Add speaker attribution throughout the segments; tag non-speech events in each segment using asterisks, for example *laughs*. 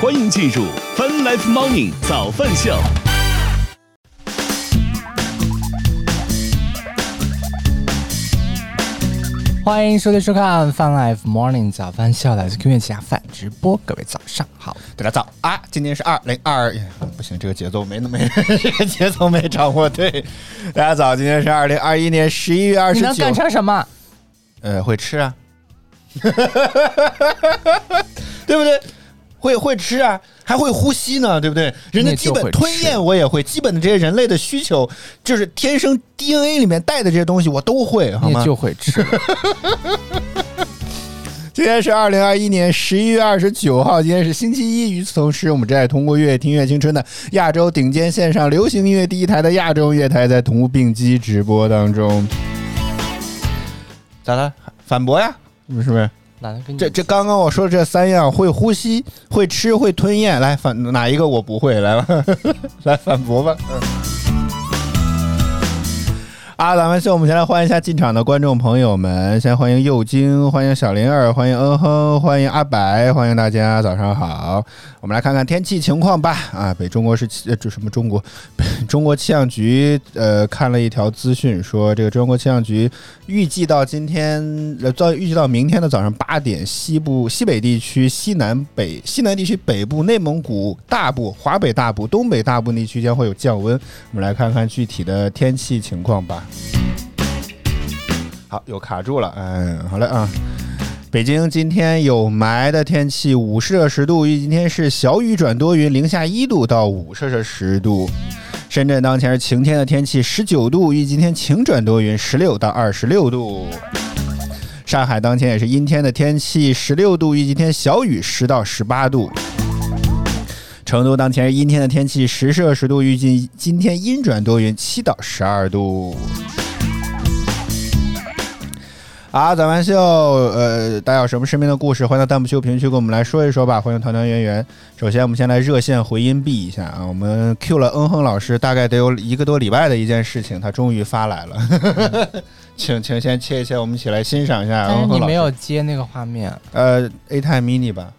Speaker 1: 欢迎进入 Fun Life Morning 早饭秀。
Speaker 2: 欢迎收听收看 Fun Life Morning 早饭秀，来自 Q 乐旗下饭直播，各位早上好。
Speaker 3: 大家早啊！今天是二零二，哎不行，这个节奏没那么，这个节奏没掌握对。大家早，今天是二零二一年十一月二
Speaker 2: 你
Speaker 3: 十
Speaker 2: 能干
Speaker 3: 九，
Speaker 2: 成什么？
Speaker 3: 呃，会吃啊， *laughs* 对不对？会会吃啊，还会呼吸呢，对不对？人的基
Speaker 2: 那就
Speaker 3: 本
Speaker 2: 会吃
Speaker 3: 吞咽我也会，基本的这些人类的需求，就是天生 DNA 里面带的这些东西我都会，好
Speaker 2: 你
Speaker 3: 吗？
Speaker 2: 就会吃。
Speaker 3: 今天是二零二一年十一月二十九号，今天是星期一。与此同时，我们正在通过“越听越青春”的亚洲顶尖线上流行音乐第一台的亚洲音乐台，在同步并机直播当中。 *laughs* 咋了？反驳呀？嗯是不是？
Speaker 2: 哪能跟你
Speaker 3: 这这刚刚我说的这三样，会呼吸、会吃、会吞咽，来反哪一个我不会？来吧， *laughs* 来反驳吧。嗯啊，咱们秀，我们先来欢迎一下进场的观众朋友们，先欢迎右京，欢迎小灵儿，欢迎嗯哼，欢迎阿白，欢迎大家，早上好。我们来看看天气情况吧。啊，北中国是气呃这什么中国？ *laughs* 北中国气象局呃看了一条资讯，说这个中国气象局预计到今天，呃，到预计到明天的早上八点，西部、西北地区、西南北、西南地区北部、内蒙古大部、华北大部、东北大部地区将会有降温。我们来看看具体的天气情况吧。好，又卡住了，嗯，好嘞啊。北京今天有霾的天气，五摄氏度，预计今天是小雨转多云，零下一度到五摄氏度。深圳当前是晴天的天气，十九度，预计今天晴转多云，十六到二十六度。上海当前也是阴天的天气，十六度，预计今天小雨，十到十八度。成都当前是阴天的天气，十摄氏度，预计今天阴转多云，七到十二度。好，早安秀，呃，大家有什么身边的故事，欢迎到弹幕区评论区跟我们来说一说吧。欢迎团团圆圆。首先，我们先来热线回音壁一下啊，我们 Q 了嗯哼老师，大概得有一个多礼拜的一件事情，他终于发来了， *laughs* 请请先切一切，我们一起来欣赏一下
Speaker 2: 但是
Speaker 3: 嗯
Speaker 2: 哎
Speaker 3: 哼
Speaker 2: 你
Speaker 3: 老
Speaker 2: 没
Speaker 3: 师。
Speaker 2: 有接那个画面
Speaker 3: 呃，A Time Mini 吧，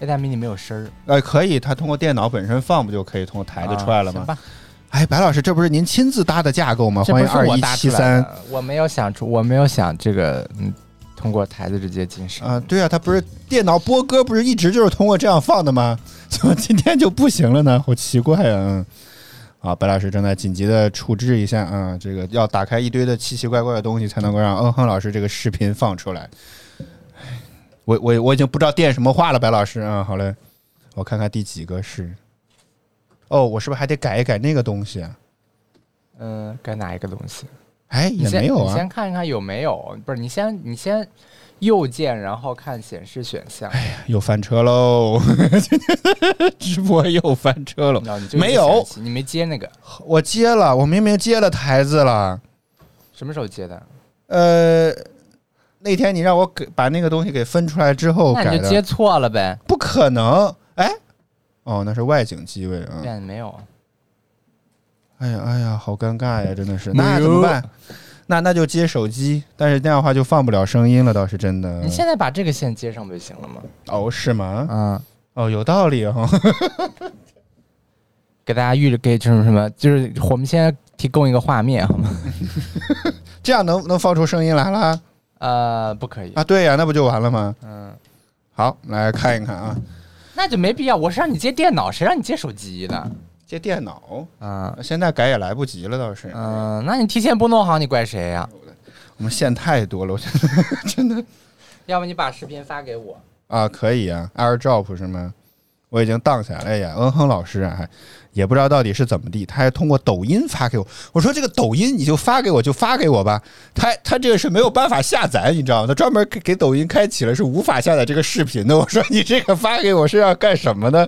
Speaker 2: ，A 大 mini 没有声儿，
Speaker 3: 呃，可以，它通过电脑本身放不就可以从台子出来了吗
Speaker 2: 啊行？吧
Speaker 3: 哎，白老师，这不是您亲自搭的架构吗？
Speaker 2: 这
Speaker 3: 欢
Speaker 2: 不
Speaker 3: 迎
Speaker 2: 是
Speaker 3: 二
Speaker 2: 我
Speaker 3: 一
Speaker 2: 搭出
Speaker 3: 七
Speaker 2: 来
Speaker 3: 三。
Speaker 2: 的，我没有想出，我没有想这个，嗯，通过台子直接进声。
Speaker 3: 啊，对啊，它不是电脑播歌，不是一直就是通过这样放的吗？ *laughs* 怎么今天就不行了呢？好奇怪啊！嗯啊，白老师正在紧急的处置一下啊，这个要打开一堆的奇奇怪怪的东西，才能够让嗯哼老师这个视频放出来。我我我已经不知道垫什么话了，白老师啊，好嘞，我看看第几个是。哦，我是不是还得改一改那个东西啊？
Speaker 2: 嗯，该哪一个东西？
Speaker 3: 哎，
Speaker 2: 你
Speaker 3: 也
Speaker 2: 先
Speaker 3: 没有
Speaker 2: 你
Speaker 3: 啊。
Speaker 2: 先看一看有没有，不是你先你先右键，然后看显示选项，
Speaker 3: 又翻车喽！ *laughs* 直播又翻车了
Speaker 2: 然后你就
Speaker 3: 没
Speaker 2: 一直
Speaker 3: 有
Speaker 2: 想起，你没接那个，
Speaker 3: 我接了，我明明接了台子了。
Speaker 2: 什么时候接的？
Speaker 3: 呃，那天你让我给把那个东西给分出来之后
Speaker 2: 那你
Speaker 3: 改
Speaker 2: 就接
Speaker 3: 的，
Speaker 2: 错了呗。
Speaker 3: 不可能。哎，哦，那是外景机位啊。
Speaker 2: 但没有，
Speaker 3: 哎呀，哎呀，好尴尬呀，真的是。
Speaker 2: 没有
Speaker 3: 那怎么办？那那就接手机，但是那样的话就放不了声音了，倒是真的
Speaker 2: 你。现在把这个线接上不就行了吗？
Speaker 3: 哦，是吗？
Speaker 2: 嗯，
Speaker 3: 哦， *laughs* 有道理哈、
Speaker 2: 给大家预给什么什么，就是我们先提供一个画面好吗？
Speaker 3: 这样能能放出声音来了
Speaker 2: 呃，不可以，
Speaker 3: 啊？对呀、那不就完了吗？
Speaker 2: 嗯，
Speaker 3: 好，我们来看一看啊，
Speaker 2: 那就没必要。我是让你接电脑，谁让你接手机的？
Speaker 3: 接电脑，
Speaker 2: 嗯
Speaker 3: 现在改也来不及了，倒是。
Speaker 2: 嗯、那你提前不弄好，你怪谁呀、
Speaker 3: 我们线太多了，我觉得 *laughs* 真的
Speaker 2: 要不你把视频发给我。
Speaker 3: 啊，可以啊，AirDrop 是吗？我已经荡下来了呀，嗯哼老师啊，还也不知道到底是怎么地，他还通过抖音发给我。我说这个抖音你就发给我，就发给我吧。他他这个是没有办法下载，你知道吗？他专门给给抖音开启了是无法下载这个视频的。我说你这个发给我是要干什么呢？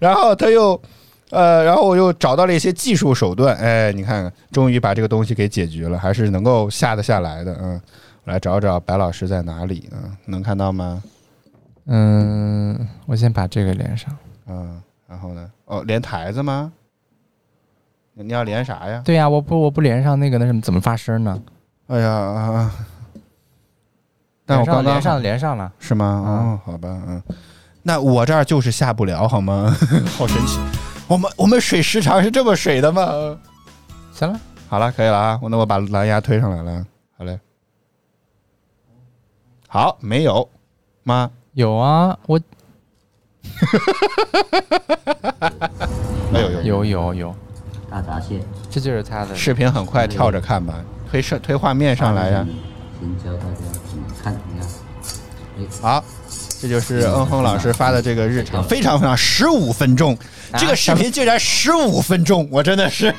Speaker 3: 然后他又呃，然后我又找到了一些技术手段，哎，你看看，终于把这个东西给解决了，还是能够下得下来的。嗯，我来找找白老师在哪里嗯，能看到吗？
Speaker 2: 嗯，我先把这个连上。
Speaker 3: 嗯，然后呢？哦，连台子吗？你你要连啥呀？
Speaker 2: 对呀、我不我不连上那个那什么，怎么发声呢？
Speaker 3: 哎呀，啊但我刚刚
Speaker 2: 连上了连上了连上了。
Speaker 3: 是吗？
Speaker 2: 啊
Speaker 3: 哦，好吧，嗯，那我这儿就是下不了，好吗？ *laughs* 好神奇，我们我们水时长是这么水的吗？
Speaker 2: 行了，
Speaker 3: 好了，可以了啊，我那我把蓝牙推上来了，啊好嘞。好，没有吗？
Speaker 2: 有啊，我
Speaker 3: 哎呦呦，
Speaker 2: 有有有，
Speaker 4: 大闸蟹
Speaker 2: 这就是他的。
Speaker 3: 视频很快跳着看吧，推上推画面上来呀、
Speaker 4: 先教大家怎么看怎么样？哎，
Speaker 3: 好，这就是嗯哼老师发的这个日常，非常非常十五分钟，这个视频竟然十五分钟，我真的是，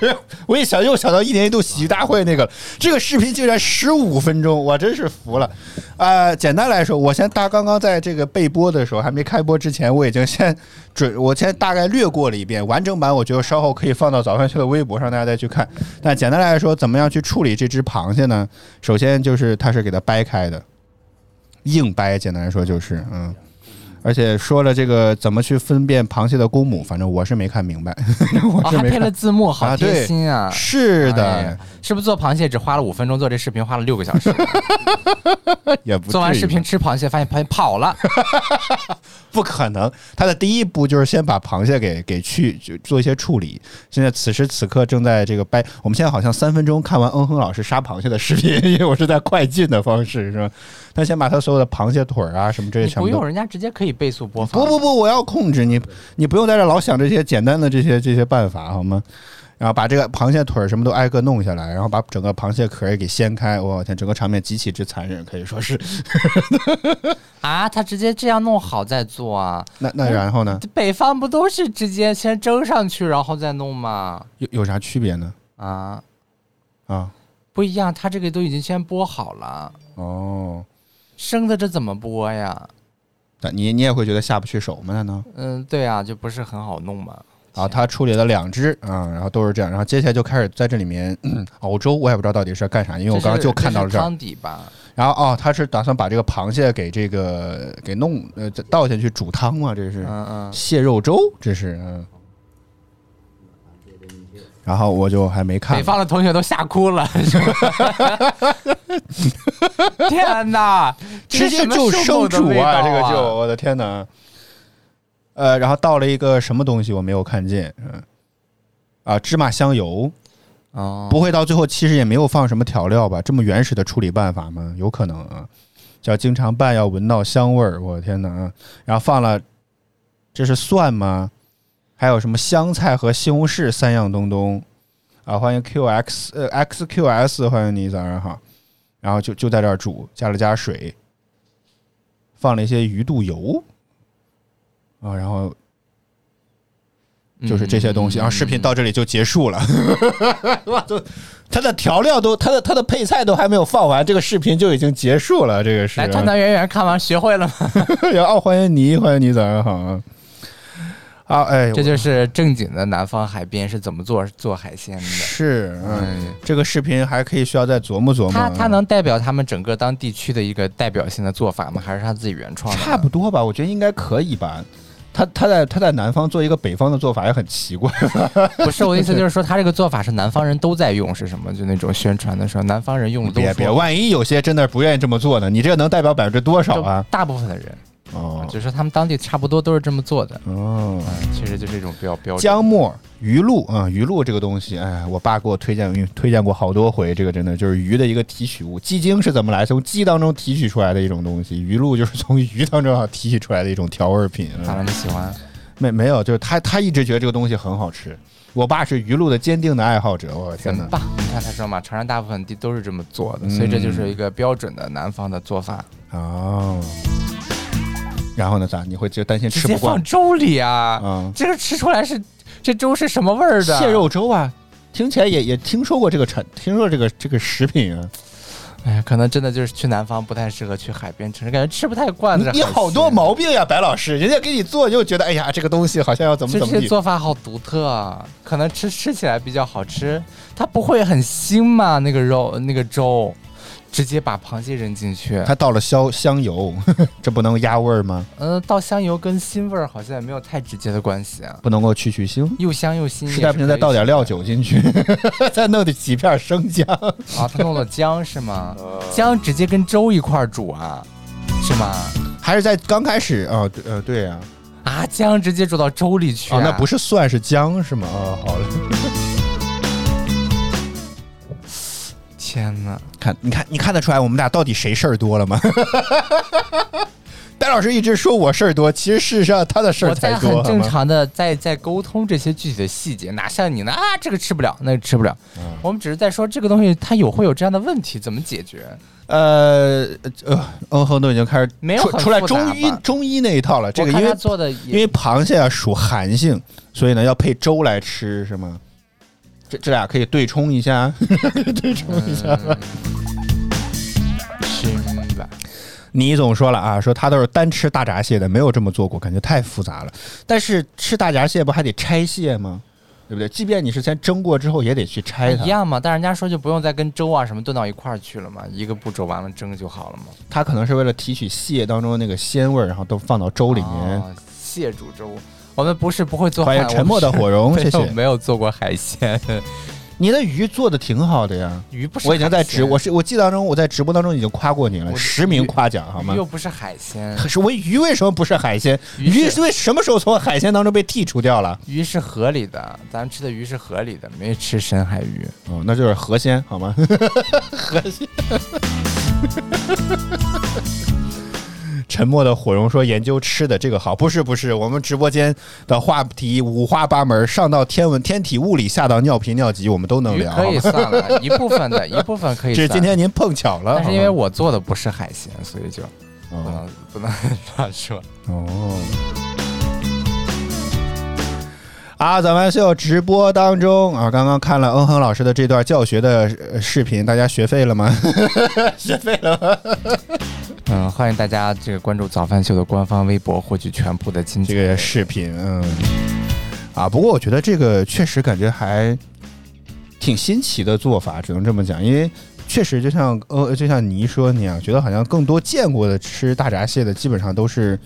Speaker 3: 我一想又想到一年一度喜剧大会那个了，这个视频竟然十五分钟，我真是服了。呃，简单来说，我先大刚刚在这个备播的时候，还没开播之前，我已经先准，我先大概略过了一遍，完整版我觉得稍后可以放到早饭秀的微博上，大家再去看。但简单来说，怎么样去处理这只螃蟹呢？首先就是它是给它掰开的。硬掰，简单来说就是，嗯。而且说了这个怎么去分辨螃蟹的公母，反正我是没看明白， *laughs* 我
Speaker 2: 哦，
Speaker 3: 是
Speaker 2: 还
Speaker 3: 没
Speaker 2: 配
Speaker 3: 看。
Speaker 2: 了字幕，好
Speaker 3: 啊对
Speaker 2: 贴心啊！
Speaker 3: 是
Speaker 2: 哎
Speaker 3: 的，
Speaker 2: 是不是做螃蟹只花了五分钟做这视频，花了六个小
Speaker 3: *laughs*
Speaker 2: 时？
Speaker 3: 也不
Speaker 2: 做完
Speaker 3: 至于
Speaker 2: 视频
Speaker 3: 吧
Speaker 2: 吃螃蟹，发现螃蟹跑了，
Speaker 3: 不可能。他的第一步就是先把螃蟹给给去就做一些处理。现在此时此刻正在这个掰，我们现在好像三分钟看完嗯哼老师杀螃蟹的视频， *laughs* 因为我是在快进的方式，是吧？他先把他所有的螃蟹腿儿啊什么 *laughs* 这些
Speaker 2: 你
Speaker 3: 全
Speaker 2: 不
Speaker 3: 部都
Speaker 2: 用，人家直接可以倍速播放。
Speaker 3: 不不不，我要控制你，你不用在这老想这些简单的这些这些办法好吗？然后把这个螃蟹腿儿什么都挨个弄下来，然后把整个螃蟹壳儿也给掀开。我天，整个场面极其之残忍，可以说是。 *laughs*
Speaker 2: 啊，他直接这样弄好再做啊！
Speaker 3: 那那然后呢？
Speaker 2: 这北方不都是直接先蒸上去然后再弄吗？
Speaker 3: *laughs* 有有啥区别呢？
Speaker 2: 啊，
Speaker 3: 啊，
Speaker 2: 不一样，他这个都已经先剥好了，
Speaker 3: 哦，
Speaker 2: 生的这怎么剥呀？
Speaker 3: 但你你也会觉得下不去手吗？难道？
Speaker 2: 嗯，对啊，就不是很好弄嘛。
Speaker 3: 啊，他处理了两只啊、然后都是这样，然后接下来就开始在这里面嗯熬粥，我也不知道到底是干啥，因为我刚刚就看到了
Speaker 2: 是
Speaker 3: 这儿。
Speaker 2: 汤底吧？
Speaker 3: 然后哦，他是打算把这个螃蟹给这个给弄呃倒下去煮汤吗？这是，
Speaker 2: 嗯嗯，
Speaker 3: 蟹肉粥，这是嗯。然后我就还没看
Speaker 2: 北，方的同学都吓哭 *laughs* 了。是吧天哪，
Speaker 3: 直接就生
Speaker 2: 这是什么
Speaker 3: 煮
Speaker 2: 味道啊！
Speaker 3: 这个就我的天哪！呃，然后倒了一个什么东西我没有看见，嗯，啊，芝麻香油，
Speaker 2: 哦，
Speaker 3: 不会到最后其实也没有放什么调料吧？这么原始的处理办法吗？有可能啊，叫经常拌，要闻到香味儿，我的天哪！啊然后放了，这是蒜吗？还有什么香菜和西红柿三样东东啊？欢迎 QX 呃 XQS，欢迎你，早上好。然后就就在这儿煮，加了加水，放了一些鱼肚油啊，然后就是这些东西。然后视频到这里就结束了。我都，它的调料都，它的它的配菜都还没有放完，这个视频就已经结束了。这个是
Speaker 2: 来，团
Speaker 3: *laughs*
Speaker 2: 团圆圆看完学会了 *laughs* 吗？
Speaker 3: 然后欢迎你，欢迎你，早上好啊！啊，哎，
Speaker 2: 这就是正经的南方海边是怎么做做海鲜的。
Speaker 3: 是嗯，这个视频还可以需要再琢磨琢磨。
Speaker 2: 它它能代表他们整个当地区的一个代表性的做法吗？还是他自己原创的？ *laughs*
Speaker 3: 差不多吧，我觉得应该可以吧。嗯他他在他在南方做一个北方的做法也很奇怪。
Speaker 2: 不是我的意思，就是说他这个做法是南方人都在用，是什么？就那种宣传的时候，南方人用的都
Speaker 3: 别
Speaker 2: 说
Speaker 3: 别，万一有些真的不愿意这么做呢？你这个能代表百分之多少
Speaker 2: 就
Speaker 3: 啊？
Speaker 2: 大部分的人，
Speaker 3: 哦
Speaker 2: 就是说他们当地差不多都是这么做的。
Speaker 3: 哦。
Speaker 2: 嗯，其实就是一种比较标准。
Speaker 3: 姜末、鱼露啊、鱼露这个东西，哎，我爸给我推荐推荐过好多回，这个真的就是鱼的一个提取物。鸡精是怎么来？从鸡当中提取出来的一种东西，鱼露就是从鱼当中提取出来的一种调味品。嗯
Speaker 2: 咋了？你喜欢？
Speaker 3: 没没有，就是他他一直觉得这个东西很好吃。我爸是鱼露的坚定的爱好者，我的嗯天
Speaker 2: 很
Speaker 3: 哪！
Speaker 2: 棒！你看他说嘛，长沙大部分地都是这么做的，所以这就是一个标准的南方的做法。
Speaker 3: 哦，然后呢？咋？你会就担心
Speaker 2: 直
Speaker 3: 吃
Speaker 2: 接
Speaker 3: 不惯
Speaker 2: 放粥里啊，
Speaker 3: 嗯
Speaker 2: 这个吃出来是这粥是什么味儿的？
Speaker 3: 蟹肉粥啊？听起来也也听说过这个产，听说这个这个食品啊。
Speaker 2: 哎呀，可能真的就是去南方不太适合去海边吃，感觉吃不太惯的。
Speaker 3: 你你好多，毛病呀，白老师，人家给你做你就觉得，哎呀，这个东西好像要怎么
Speaker 2: 就
Speaker 3: 怎
Speaker 2: 这些
Speaker 3: 么地。
Speaker 2: 做法好独特啊，可能吃吃起来比较好吃，它不会很腥嘛？那个肉那个粥，直接把螃蟹扔进去，
Speaker 3: 他倒了香香油， *laughs* 这不能压味儿吗？
Speaker 2: 嗯、倒香油跟腥味儿好像也没有太直接的关系啊，
Speaker 3: 不能够去去腥。
Speaker 2: 又香又腥。
Speaker 3: 实在不行再倒点料酒进去， *laughs* 再弄点几片生姜。 *laughs*
Speaker 2: 啊，他弄了姜是吗？姜直接跟粥一块儿煮啊，是吗？
Speaker 3: 还是在刚开始啊、对呃，对啊，
Speaker 2: 把姜直接煮到粥里去、啊
Speaker 3: 哦，那不是蒜是姜是吗？哦，好嘞，
Speaker 2: 天哪！
Speaker 3: 看你看你看得出来我们俩到底谁事儿多了吗？ *laughs* 戴老师一直说我事儿多，其实事实上他的事儿
Speaker 2: 我在
Speaker 3: 才
Speaker 2: 很
Speaker 3: 多，
Speaker 2: 正
Speaker 3: 好吗。
Speaker 2: 常的在在沟通这些具体的细节，哪像你呢啊，这个吃不了，那个吃不了。
Speaker 3: 嗯
Speaker 2: 我们只是在说这个东西它有会有这样的问题，怎么解决？
Speaker 3: 呃呃，欧亨都已经开始
Speaker 2: 没有
Speaker 3: 出
Speaker 2: 很
Speaker 3: 出来
Speaker 2: 复杂
Speaker 3: 中医
Speaker 2: 吧
Speaker 3: 中医那一套了，这
Speaker 2: 我
Speaker 3: 个因
Speaker 2: 看
Speaker 3: 为
Speaker 2: 他做的
Speaker 3: 因
Speaker 2: 也
Speaker 3: 为螃蟹啊属寒性，所以呢要配粥来吃，是吗？这这俩可以对冲一下，对冲一下。
Speaker 2: 是吧？
Speaker 3: 你总说了啊，说他都是单吃大闸蟹的，没有这么做过，感觉太复杂了。但是吃大闸蟹不还得拆蟹吗？对不对？即便你是先蒸过之后，也得去拆
Speaker 2: 一
Speaker 3: 它。
Speaker 2: 样嘛，但人家说就不用再跟粥啊什么炖到一块儿去了嘛，一个步骤完了蒸就好了嘛。
Speaker 3: 它可能是为了提取蟹当中那个鲜味儿，然后都放到粥里面。
Speaker 2: 哦蟹煮粥，我们不是不会做
Speaker 3: 欢
Speaker 2: 饭，
Speaker 3: 迎沉默的火
Speaker 2: 我 *laughs*
Speaker 3: 绒，
Speaker 2: 们
Speaker 3: 谢
Speaker 2: 是没有
Speaker 3: 谢。
Speaker 2: 没有做过海
Speaker 3: *laughs*
Speaker 2: 鲜，
Speaker 3: 你的鱼做的挺好的呀，
Speaker 2: 鱼不是
Speaker 3: 我已经在
Speaker 2: 海
Speaker 3: 直，
Speaker 2: 鲜
Speaker 3: 我是我记得当中我在直播当中已经夸过你了，
Speaker 2: 我
Speaker 3: 实名夸奖好吗
Speaker 2: 鱼？又不是海鲜，
Speaker 3: 可是我鱼为什么不是海鲜？
Speaker 2: 鱼
Speaker 3: 鱼
Speaker 2: 是
Speaker 3: 是为什么时候从海鲜当中被剔除掉了？
Speaker 2: 鱼是河里的，咱们吃的鱼是河里的，没吃深海鱼。
Speaker 3: 哦，那就是河鲜
Speaker 2: *laughs*
Speaker 3: 好吗？河鲜。沉默的火绒说：“研究吃的这个好，不是不是，我们直播间的话题五花八门，上到天文、天体、物理，下到尿频、尿急，我们都能
Speaker 2: 鱼
Speaker 3: 聊。
Speaker 2: 可以
Speaker 3: 好
Speaker 2: 算
Speaker 3: 吗 *laughs*
Speaker 2: 了，一部分的，一部分可以
Speaker 3: 只
Speaker 2: 算。
Speaker 3: 是今，天嗯您碰巧了，
Speaker 2: 但是因为
Speaker 3: 好吗
Speaker 2: 我做的不是海鲜，所以就不
Speaker 3: 哦
Speaker 2: 能 *laughs* 不能乱说。
Speaker 3: 哦。啊，咱们秀直播当中啊，刚刚看了嗯哼老师的这段教学的呃视频，大家学废了吗？学废了吗？
Speaker 2: 嗯，欢迎大家这个关注早饭秀的官方微博，获取全部的精
Speaker 3: 这
Speaker 2: 彩。
Speaker 3: 个视频，嗯，啊，不过我觉得这个确实感觉还挺新奇的做法，只能这么讲，因为确实就像呃，就像你说那样，觉得好像更多见过的吃大闸蟹的，基本上都是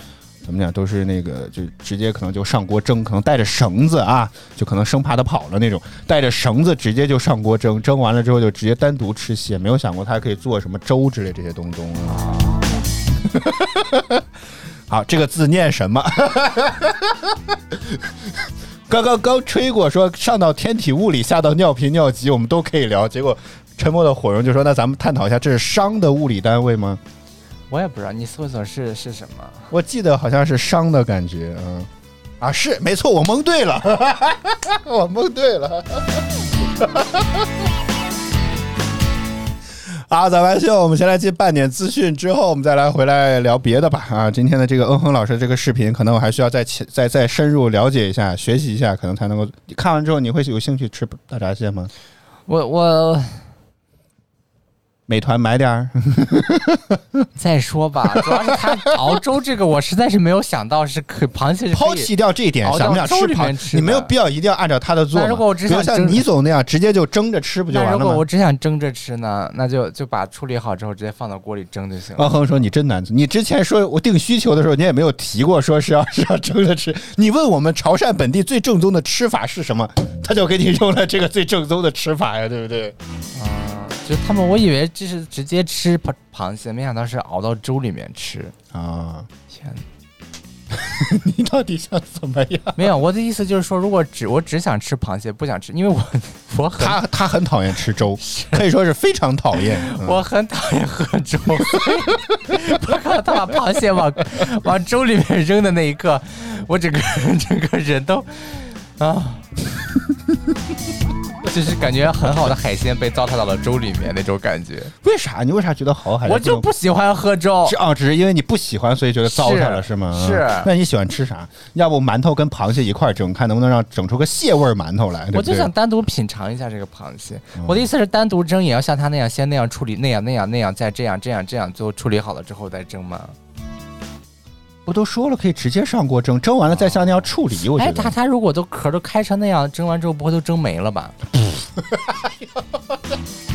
Speaker 3: 怎么讲，都是那个就直接可能就上锅蒸，可能带着绳子啊，就可能生怕它跑了那种，带着绳子直接就上锅蒸，蒸完了之后就直接单独吃蟹，没有想过它还可以做什么粥之类这些东东啊。好，这个字念什么？刚刚刚吹过说上到天体物理，下到尿频尿急，我们都可以聊。结果沉默的火绒就说：“那咱们探讨一下，这是熵的物理单位吗
Speaker 2: 我也不知道你搜索是是什么，？”
Speaker 3: 我记得好像是熵的感觉，嗯，啊，是没错，我蒙对了， *laughs* 我蒙对了。 *laughs* 啊，早安秀，我们先来进半点资讯，之后我们再来回来聊别的吧。啊，今天的这个嗯哼老师这个视频，可能我还需要再切再再深入了解一下，学习一下，可能才能够看完之后，你会有兴趣吃大闸蟹吗？
Speaker 2: 我我
Speaker 3: 美团买点儿，
Speaker 2: 再说吧，主要是他熬粥这个，我实在是没有想到是可螃蟹是可以
Speaker 3: 抛弃掉这一点，
Speaker 2: 熬到
Speaker 3: 想不想吃
Speaker 2: 粥里面
Speaker 3: 螃
Speaker 2: 吃
Speaker 3: 你
Speaker 2: 的
Speaker 3: 没有必要一定要按照他的做嘛。
Speaker 2: 那如果我只
Speaker 3: 比如
Speaker 2: 想
Speaker 3: 像
Speaker 2: 蒸
Speaker 3: 倪总那样，直接就蒸着吃不就
Speaker 2: 那
Speaker 3: 完
Speaker 2: 如
Speaker 3: 了
Speaker 2: 果
Speaker 3: 吗
Speaker 2: 我？只想蒸着吃呢，那就就把处理好之后直接放到锅里蒸就行了。
Speaker 3: 汪恒说：“你真难做。你之前说我定需求的时候，你也没有提过说是要是要蒸着吃。你问我们潮汕本地最正宗的吃法是什么，他就给你用了这个最正宗的吃法呀，对不对？
Speaker 2: 啊，就他们，我以为这是直接吃螃螃蟹，没想到是熬到粥里面吃。
Speaker 3: 啊，
Speaker 2: 天，
Speaker 3: 你到底想怎么样？
Speaker 2: 没有，我的意思就是说，如果只我只想吃螃蟹，不想吃，因为我 *laughs* 我很
Speaker 3: 他他很讨厌吃粥， *laughs* 可以说是非常讨厌。嗯
Speaker 2: 我很讨厌喝粥，所以我看到他把螃蟹往往粥里面扔的那一刻，我整个整个人 *laughs* 都啊， *laughs* 就是感觉很好的海鲜被糟蹋到了粥里面那种感觉。
Speaker 3: 为啥？你为啥觉得好海鲜
Speaker 2: 我就
Speaker 3: 能
Speaker 2: 不喜欢喝粥
Speaker 3: 只，哦，只是因为你不喜欢，所以觉得糟蹋了
Speaker 2: 是
Speaker 3: 是吗？
Speaker 2: 是
Speaker 3: 那你喜欢吃啥？要不馒头跟螃蟹一块儿蒸，看能不能让整出个蟹味儿馒头来，对不
Speaker 2: 我就
Speaker 3: 对
Speaker 2: 想？单独品尝一下这个螃蟹。我的意思是，单独蒸也要像他那样，先那样处理，那样那样那样，再这样这样这样，最后处理好了之后再蒸吗？
Speaker 3: 不都说了可以直接上锅蒸，蒸完了再像那样处理，我
Speaker 2: 哎，
Speaker 3: 觉
Speaker 2: 他
Speaker 3: 得。
Speaker 2: 他如果都壳都开成那样，蒸完之后不会都蒸没了吧？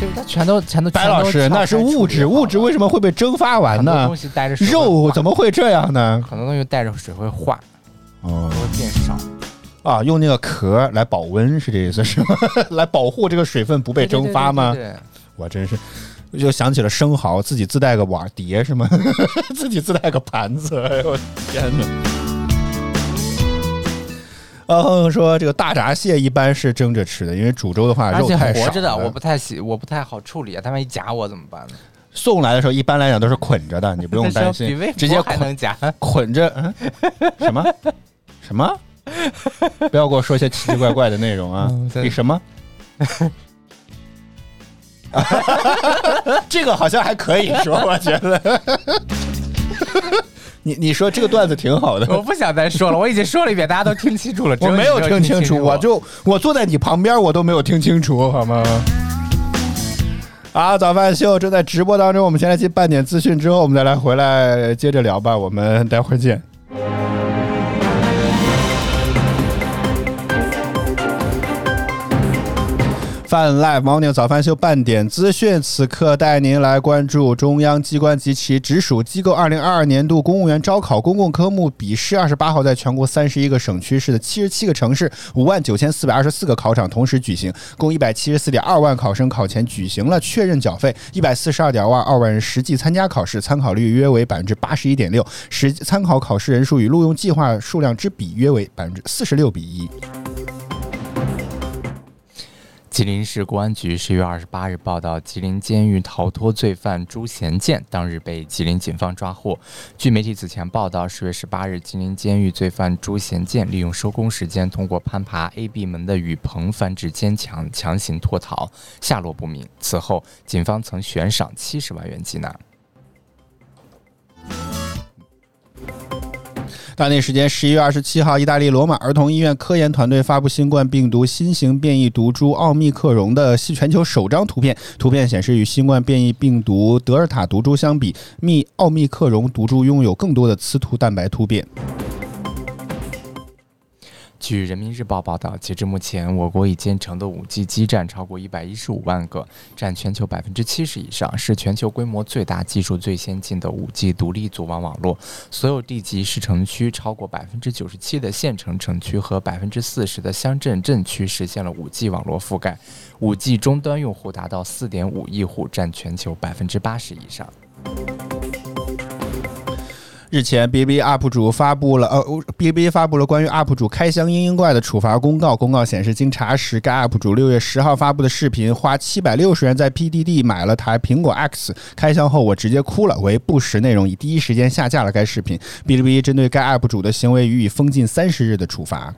Speaker 2: 对不？他全都全都。
Speaker 3: 白老师，
Speaker 2: 全都撬
Speaker 3: 那是
Speaker 2: 开
Speaker 3: 物质，
Speaker 2: 处理好了
Speaker 3: 物质为什么会被蒸发完
Speaker 2: 很多
Speaker 3: 呢
Speaker 2: 东？西带着水会
Speaker 3: 肉
Speaker 2: 化
Speaker 3: 怎么会这样呢？
Speaker 2: 很多东西带着水会化，
Speaker 3: 哦
Speaker 2: 都会变少。
Speaker 3: 啊，用那个壳来保温是这意思是吗？ *laughs* 来保护这个水分不被
Speaker 2: 对对对
Speaker 3: 蒸发吗
Speaker 2: 对？对对
Speaker 3: 我真是，我就想起了生蚝，自己自带个 *laughs* 碗碟是吗？自己自带个盘子，哎呦我的天哪！嗯哼说这个大闸蟹一般是蒸着吃的，因为煮粥的话
Speaker 2: 而
Speaker 3: 啊肉
Speaker 2: 且
Speaker 3: 太
Speaker 2: 活
Speaker 3: 少
Speaker 2: 着的
Speaker 3: 了。
Speaker 2: 我不太喜，我不太好处理啊。他们一夹我怎么办呢？
Speaker 3: 送来的时候一般来讲都是捆着的，
Speaker 2: *laughs*
Speaker 3: 你不用担
Speaker 2: 比
Speaker 3: 心
Speaker 2: 微，
Speaker 3: 直接
Speaker 2: 还
Speaker 3: 捆
Speaker 2: 能夹。
Speaker 3: 捆着。嗯，什么什么？不要给我说一些奇奇怪怪的内容啊
Speaker 2: 嗯！对
Speaker 3: 你什么？ *laughs* 这个好像还可以说，我觉得。 *laughs* 你你说这个段子挺好的，
Speaker 2: 我不想再说了，我已经说了一遍，大家都听清楚了。只
Speaker 3: *laughs* 我
Speaker 2: 你
Speaker 3: 没有
Speaker 2: 没
Speaker 3: 听
Speaker 2: 听
Speaker 3: 清楚，我就我坐在你旁边，我都没有听清楚，好吗？好，早饭秀正在直播当中，我们先来进半点资讯，之后我们再来回来接着聊吧，我们待会儿见。泛滥 morning 早饭秀半点资讯，此刻带您来关注中央机关及其直属机构二零二二年度公务员招考公共科目笔试，二十八号在全国三十一个省区市的七十七个城市五万九千四百二十四个考场同时举行，共一百七十四点二万考生考前举行了确认缴费，一百四十二点万二万人实际参加考试，参考率约为百分之八十一点六，实际参考考试人数与录用计划数量之比约为百分之四十六比一。
Speaker 2: 吉林市公安局十月二十八日报道，吉林监狱逃脱罪犯朱贤建当日被吉林警方抓获。据媒体此前报道，十月十八日，吉林监狱罪犯朱贤建利用收工时间，通过攀爬 A、B 门的雨棚翻至坚墙，强行脱逃，下落不明。此后，警方曾悬赏七十万元缉拿。
Speaker 3: 当地时间十一月二十七号，意大利罗马儿童医院科研团队发布新冠病毒新型变异毒株奥密克戎的全球首张图片。图片显示，与新冠变异病毒德尔塔毒株相比，密奥密克戎毒株拥有更多的刺突蛋白突变。
Speaker 2: 据人民日报报道，截至目前，我国已建成的 5G 基站超过115万个，占全球70%以上，是全球规模最大、技术最先进的 5G 独立组网网络。所有地级市城区超过97%的县城城区和40%的乡镇镇区实现了 5G 网络覆盖，5G 终端用户达到4.5亿户，占全球80%以上。
Speaker 3: 日前，B B UP 主发布了呃，B B 发布了关于 UP 主开箱嘤嘤怪的处罚公告。公告显示，经查实，该 UP 主六月十号发布的视频，花七百六十元在 PDD 买了台苹果 X。开箱后，我直接哭了，为不实内容，已第一时间下架了该视频。哔哩哔哩针对该 UP 主的行为予以封禁三十日的处罚。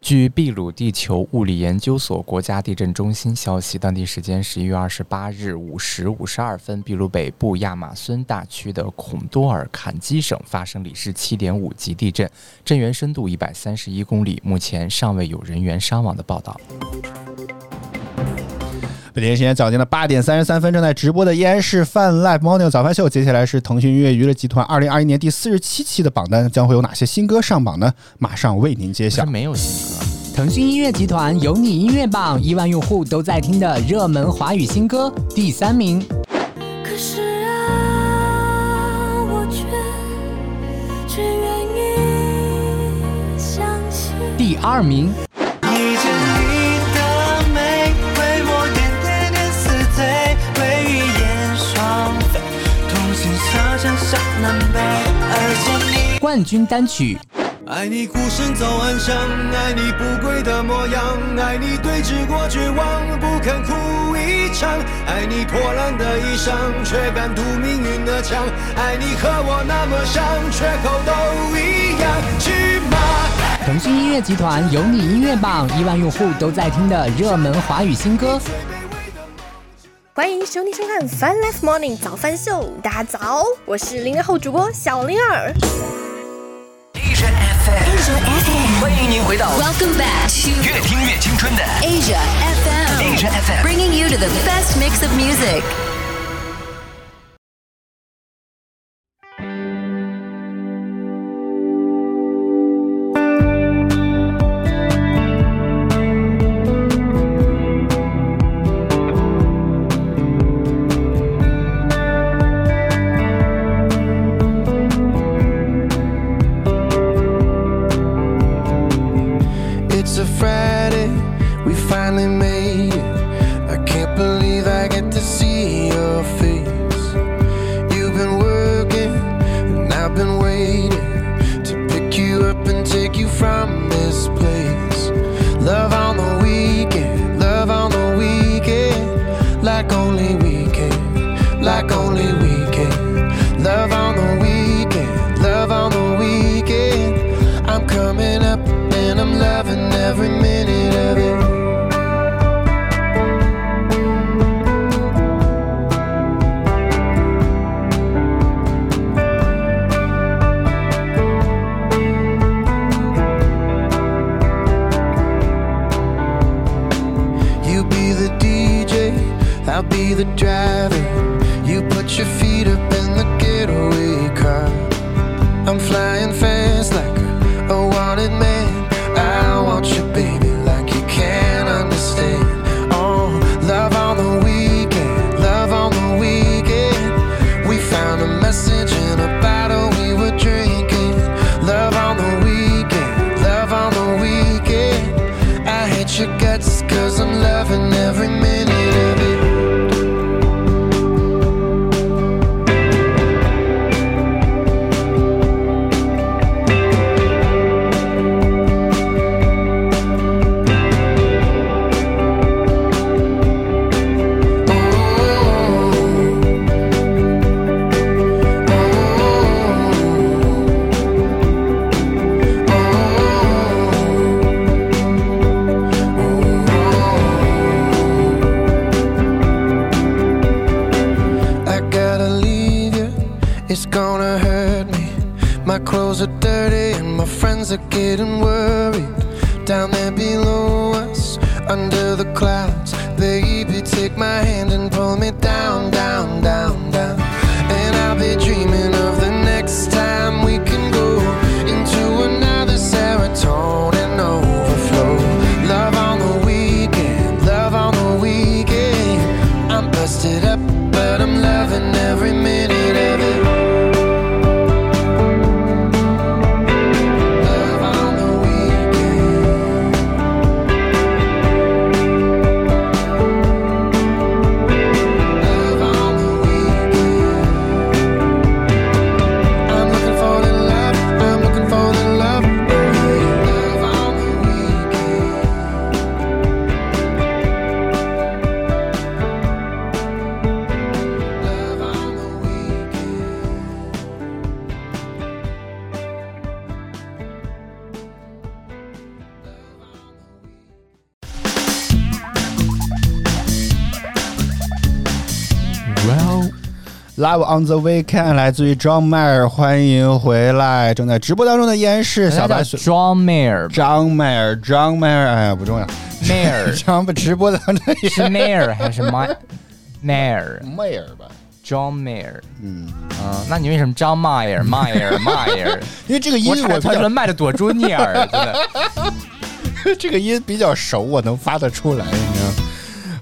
Speaker 2: 据秘鲁地球物理研究所国家地震中心消息，当地时间十一月二十八日五时五十二分，秘鲁北部亚马孙大区的孔多尔坎基省发生里氏七点五级地震，震源深度一百三十一公里，目前尚未有人员伤亡的报道。
Speaker 3: 北京时间早间的八点三十三分，正在直播的依然是泛 Live Morning 早饭秀。接下来是腾讯音乐娱乐集团二零二一年第四十七期的榜单，将会有哪些新歌上榜呢？马上为您揭晓
Speaker 2: 是。没有新歌，
Speaker 5: 腾讯音乐集团有你音乐榜，亿万用户都在听的热门华语新歌，第三名。
Speaker 6: 可是啊，我却只愿意相信。
Speaker 5: 第二名，
Speaker 7: 你将你的美为我点点点撕碎，为语言双飞，同心相向向南北。爱上你，
Speaker 5: 冠军单曲
Speaker 7: 爱你孤身走暗巷，爱你不跪的模样，爱你对峙过绝望，不肯哭一场，爱你破烂的衣裳，却敢堵命运的枪，爱你和我那么像，缺口都一样，去吧。
Speaker 5: 腾讯音乐集团有你音乐榜，亿万用户都在听的热门华语新歌，
Speaker 8: 欢迎收听收看《Fun Life Morning 早饭秀》，大家早，我是零零后主播小灵儿。
Speaker 9: Asia FM，欢迎您回到
Speaker 10: Welcome back to
Speaker 9: 越听越青春的
Speaker 10: Asia FM,
Speaker 9: Asia FM。
Speaker 10: bringing you to the best mix of music.
Speaker 7: You've been working and I've been waiting to pick you up
Speaker 11: and take you from this place. Love on the weekend, love on the weekend, like only we can, like only we can. Love on the weekend, love on the weekend. I'm coming up and I'm loving every minute of it. You be the DJ, I'll be the driver. You put your feet up in the getaway car. I'm flying fast like a wanted man. I want you, baby, like you can't understand. Oh, love on the weekend, love on the weekend. We found a message in a bottle we were drinking. Love on the weekend, love on the weekend. I hate your guts cause I'm loving every minute of it. I gotta leave you, it's gonna hurt me. My clothes are dirty and my friends are getting worried. Down there below us, under the clouds, baby, take my hand and pull me down, down, down, down. And I'll be dreaming of the next time we can go into another serotonin overflow. Love on the weekend, love on the weekend. I'm busted up, but I'm loving every minute of it. Love on the weekend. Love on the weekend. I'm looking for the love, I'm looking for the love. Love on the weekend. Love on the
Speaker 3: Well, Love on the Weekend 来自于 John Mayer，欢迎回来。正在直播当中的依然
Speaker 2: 哎
Speaker 3: 是小白水
Speaker 2: John Mayer，
Speaker 3: 张 Mayer，John Mayer，哎呀，不重要。
Speaker 2: Mayer
Speaker 3: *laughs* 张直播当中
Speaker 2: 是 Mayer 还是
Speaker 3: *laughs*
Speaker 2: My Mayer
Speaker 3: Mayer 吧
Speaker 2: ？John Mayer，嗯啊，那你为什么张
Speaker 3: *laughs*
Speaker 2: Mayer Mayer Mayer？
Speaker 3: 因为这个音
Speaker 2: 我差
Speaker 3: 我
Speaker 2: 点
Speaker 3: 比
Speaker 2: 把
Speaker 3: 较
Speaker 2: 轮麦的躲住你
Speaker 3: *laughs*
Speaker 2: 耳，真的。
Speaker 3: 这个音比较熟，我能发得出来，你知道吗？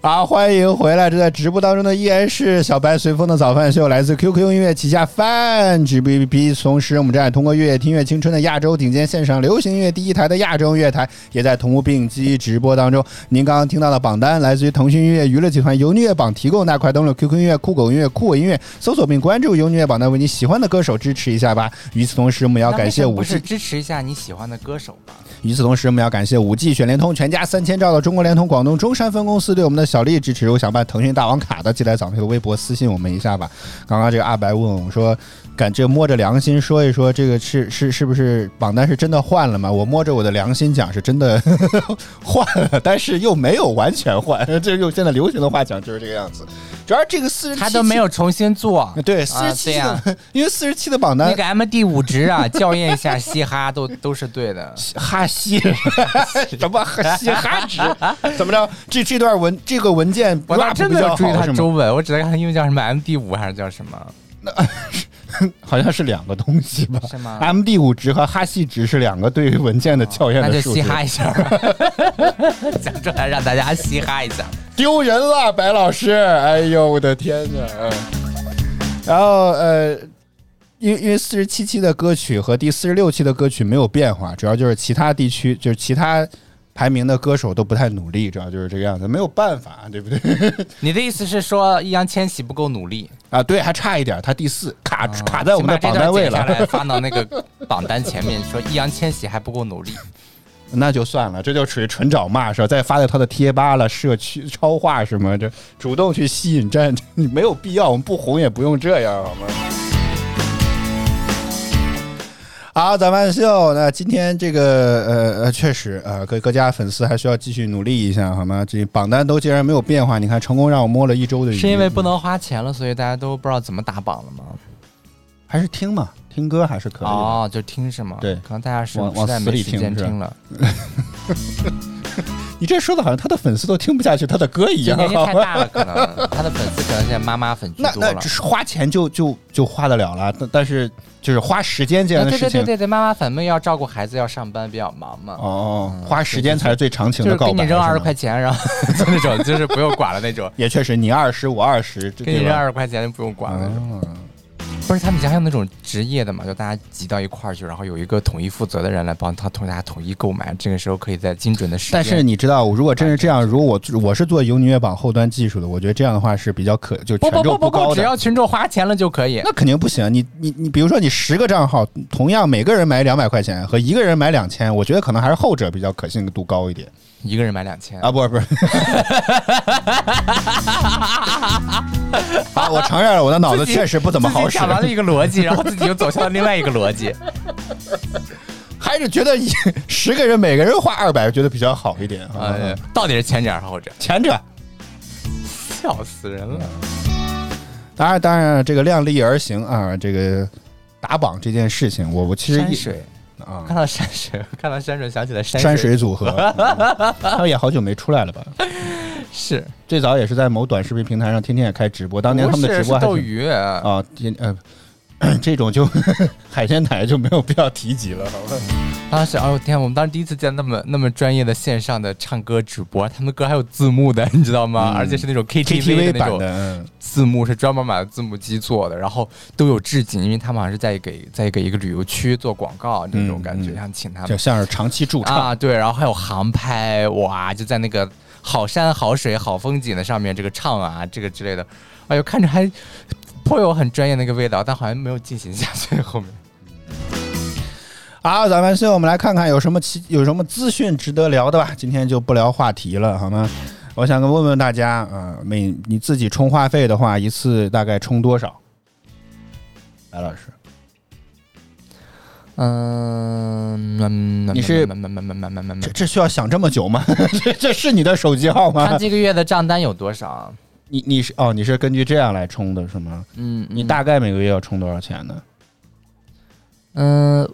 Speaker 3: 啊，欢迎回来！正在直播当中的依然是小白随风的早饭秀，来自 QQ 音乐旗下 Fan G B B P。同时，我们正在通过“越野听乐青春”的亚洲顶尖线上流行音乐第一台的亚洲音乐台，也在同步并机直播当中。您刚刚听到的榜单来自于腾讯音乐娱乐集团由音乐榜提供，那快登录 QQ 音乐、酷狗音乐、酷我音乐，搜索并关注由音乐榜单，为你喜欢的歌手支持一下吧。与此同时，我们也要
Speaker 2: 那
Speaker 3: 感
Speaker 2: 为什
Speaker 3: 谢
Speaker 2: 么
Speaker 3: 五
Speaker 2: 不
Speaker 3: G
Speaker 2: 是支持一下你喜欢的歌手吧？
Speaker 3: 与此同时，我们要感谢五 G 选联通全家三千兆的中国联通广东中山分公司对我们的小力支持。我想办腾讯大王卡的，记得在早那个微博私信我们一下吧。刚刚这个阿白问我说，感这摸着良心说一说，这个是是是不是榜单是真的换了吗？我摸着我的良心讲，是真的 *laughs* 换了，但是又没有完全换。 *laughs* 这用现在流行的话讲就是这个样子。主要这个四十七
Speaker 2: 他都没有重新做，
Speaker 3: *laughs* 对呃
Speaker 2: 啊
Speaker 3: 47
Speaker 2: 对呀
Speaker 3: 的因为四十七的榜单
Speaker 2: 那个 M D 五值啊， *laughs* 校验一下嘻哈都都是对
Speaker 3: *laughs*
Speaker 2: 的。
Speaker 3: 哈西什么
Speaker 2: *laughs*
Speaker 3: 嘻哈值？怎么着？这这段文这个文件
Speaker 2: 我倒
Speaker 3: rap
Speaker 2: 真
Speaker 3: 比
Speaker 2: 没
Speaker 3: 较
Speaker 2: 有注意
Speaker 3: 好
Speaker 2: 他
Speaker 3: 是吗？
Speaker 2: 中文，我只在看他英文叫什么 M D 五还是叫什么？
Speaker 3: *laughs* 好像是两个东西吧？
Speaker 2: 是吗哦
Speaker 3: m d 五值和哈希值是两个对于文件的校验
Speaker 2: 那
Speaker 3: 的
Speaker 2: 就
Speaker 3: 数
Speaker 2: 嘻
Speaker 3: 据，
Speaker 2: 哈一下吧， *laughs* 讲出来让大家嘻哈一下。
Speaker 3: 丢人了，白老师！哎呦，我的天哪！嗯然后呃，因为因为四十七期的歌曲和第四十六期的歌曲没有变化，主要就是其他地区，就是其他。排名的歌手都不太努力，主要就是这个样子，没有办法，对不对？
Speaker 2: 你的意思是说易烊千玺不够努力
Speaker 3: 啊？对，还差一点，他第四，
Speaker 2: 啊
Speaker 3: 卡卡啊在我们的榜单位了。
Speaker 2: 下来发到那个榜单前面，说易烊千玺还不够努力。
Speaker 3: *laughs* 那就算了，这就属于纯找骂是吧？再发到他的贴吧了、社区超话什么，这主动去吸引战， *laughs* 你没有必要，我们不红也不用这样，好吗？好，咱们秀，那今天这个呃呃，确实啊、呃，各各家粉丝还需要继续努力一下，好吗？这榜单都竟然没有变化，你看成功让我摸了一周的鱼，
Speaker 2: 是因为不能花钱了，所以大家都不知道怎么打榜了吗？
Speaker 3: 还是听嘛，听歌还是可以的。
Speaker 2: 哦，就听是吗？
Speaker 3: 对，
Speaker 2: 可能大家是
Speaker 3: 往往
Speaker 2: 实在
Speaker 3: 死
Speaker 2: 没
Speaker 3: 里
Speaker 2: 时间
Speaker 3: 听是吧
Speaker 2: 听了，
Speaker 3: 你这说的好像他的粉丝都听不下去他的歌一
Speaker 2: 就
Speaker 3: 样， *laughs*
Speaker 2: 年龄
Speaker 3: 好
Speaker 2: 太
Speaker 3: 吗
Speaker 2: 大了，可能他的粉丝可能现在妈妈粉居
Speaker 3: 那
Speaker 2: 多
Speaker 3: 那
Speaker 2: 了
Speaker 3: 只。是花钱就就就花得了了，但但是就是花时间这样的
Speaker 2: 对
Speaker 3: 事
Speaker 2: 对
Speaker 3: 情
Speaker 2: 对，对对，妈妈粉们要照顾孩子，要上班，比较忙嘛。
Speaker 3: 哦，
Speaker 2: 嗯
Speaker 3: 花时间才是最长情
Speaker 2: 就
Speaker 3: 的
Speaker 2: 是
Speaker 3: 告白。
Speaker 2: 给你扔
Speaker 3: 是吗
Speaker 2: 二十块，钱，然后 *laughs* 就那种，就是不用管了那种，
Speaker 3: 也确实，你二十我二十，
Speaker 2: 给你
Speaker 3: 对吧
Speaker 2: 扔二十块钱就不用管了那种。
Speaker 3: 嗯
Speaker 2: 不是他们家还有那种职业的嘛，就大家集到一块儿去，然后有一个统一负责的人来帮他同大家统一购买，这个时候可以在精准的时间。
Speaker 3: 但是你知道，如果真是这样，如果我我是做游音乐榜后端技术的，我觉得这样的话是比较可就
Speaker 2: 不
Speaker 3: 权
Speaker 2: 不
Speaker 3: 重
Speaker 2: 不不
Speaker 3: 高
Speaker 2: 不，
Speaker 3: 的。
Speaker 2: 只要群众花钱了就可以。
Speaker 3: 那肯定不行。你你你，比如说你十个账号，同样每个人买两百块钱和一个人买两千，我觉得可能还是后者比较可信度高一点
Speaker 2: 一个人买两千
Speaker 3: 啊！不是
Speaker 2: *laughs*
Speaker 3: 不是，啊，我承认了，我的脑子确实不怎么好
Speaker 2: 自己
Speaker 3: 使
Speaker 2: 想，完了一个逻辑，然后自己又走向了另外一个逻辑。
Speaker 3: *laughs*
Speaker 2: 啊
Speaker 3: 还是觉得一十个人每个人花二百，觉得比较好一点。啊
Speaker 2: 哎，到底是前者还是后者？
Speaker 3: 前者。
Speaker 2: 笑死人了！
Speaker 3: 当然，当然，这个量力而行啊，这个打榜这件事情，我我其实
Speaker 2: 山
Speaker 3: 一
Speaker 2: 水
Speaker 3: 啊，
Speaker 2: 看到山水，看到山水，想起了山
Speaker 3: 山水
Speaker 2: 水
Speaker 3: 组合，嗯他们也好久没出来了吧？
Speaker 2: 是
Speaker 3: 最早也是在某短视频平台上，天天也开直播，当年他们的直播还
Speaker 2: 斗
Speaker 3: 挺
Speaker 2: 鱼
Speaker 3: 啊，天呃， *coughs* 这种就 *laughs* 海鲜台就没有必要提及了，好吧？
Speaker 2: 当时，哦天，我们当时第一次见那么那么专业的线上的唱歌直播，他们的歌还有字幕的， *laughs* 你知道吗？而且是那种 KTV 的
Speaker 3: KTV
Speaker 2: 那
Speaker 3: 版
Speaker 2: 种
Speaker 3: 的，嗯
Speaker 2: 字幕，是专门买的字幕机做的，然后都有置景，因为他们好像是在给在给一个旅游区做广告那种感觉，
Speaker 3: 嗯嗯
Speaker 2: 想请他
Speaker 3: 就
Speaker 2: 们
Speaker 3: 像是长期驻唱。
Speaker 2: 啊，对，然后还有航拍，哇，就在那个好山好水好风景的上面，这个唱啊，这个之类的，哎呦，看着还颇有很专业那个味道，但好像没有进行下去后面。
Speaker 3: 好，咱们现在我们来看看有什么其有什么资讯值得聊的吧。今天就不聊话题了，好吗？
Speaker 2: 嗯
Speaker 3: 我想问问大家啊、每你自己充话费的话，一次大概充多少？白老师，
Speaker 2: 嗯，嗯
Speaker 3: 你是
Speaker 2: 嗯嗯嗯嗯嗯嗯嗯
Speaker 3: 这这需要想这么久吗？ *laughs* 这这是你的手机号
Speaker 2: 他
Speaker 3: 吗？
Speaker 2: 这个月的账单有多少？
Speaker 3: 你你是哦，你是根据这样来充的是吗？
Speaker 2: 嗯，
Speaker 3: 你大概每个月要充多少钱呢？
Speaker 2: 嗯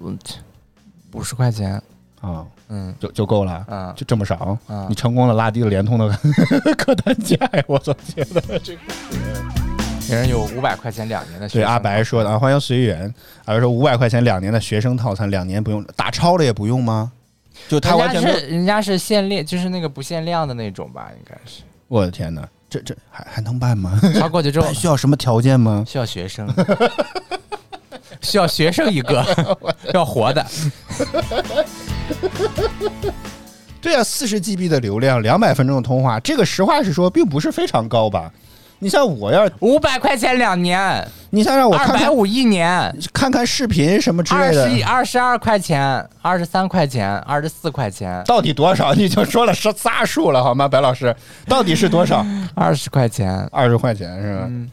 Speaker 2: 五十块钱，
Speaker 3: 啊、
Speaker 2: 嗯
Speaker 3: 就就够了，
Speaker 2: 嗯
Speaker 3: 就这么少，
Speaker 2: 嗯
Speaker 3: 你成功的拉低了联通的 *laughs* 客单价呀！我总觉得这个。
Speaker 2: 每人有五百块钱两年的学
Speaker 3: 对
Speaker 2: 生
Speaker 3: 阿白说的啊，欢迎随缘。阿白说五百块钱两年的学生套餐，两年不用打超了也不用吗？就他完全没
Speaker 2: 人家，
Speaker 3: 有
Speaker 2: 是人家是限量，就是那个不限量的那种吧，应该是
Speaker 3: 我的天哪，这这还还能办 *laughs* 吗？
Speaker 2: 超过去之后
Speaker 3: 还需要什么条件吗？
Speaker 2: 需要学生，需要学生一个，要活的，
Speaker 3: *laughs* 对啊，四十 GB 的流量，两百分钟的通话，这个实话实说，并不是非常高吧？你像我要，
Speaker 2: 五百块钱两年，
Speaker 3: 你想让我
Speaker 2: 二
Speaker 3: 看
Speaker 2: 百
Speaker 3: 看
Speaker 2: 五一年。
Speaker 3: 看看视频什么之
Speaker 2: 二
Speaker 3: 类
Speaker 2: 十一、
Speaker 3: 的，
Speaker 2: 二十二块钱，二十三块钱，二十四块钱，
Speaker 3: 到底多少？你就说了是仨数了好吗？白老师，到底是多少？
Speaker 2: 二十块钱，
Speaker 3: 二十块钱是吧？
Speaker 2: 嗯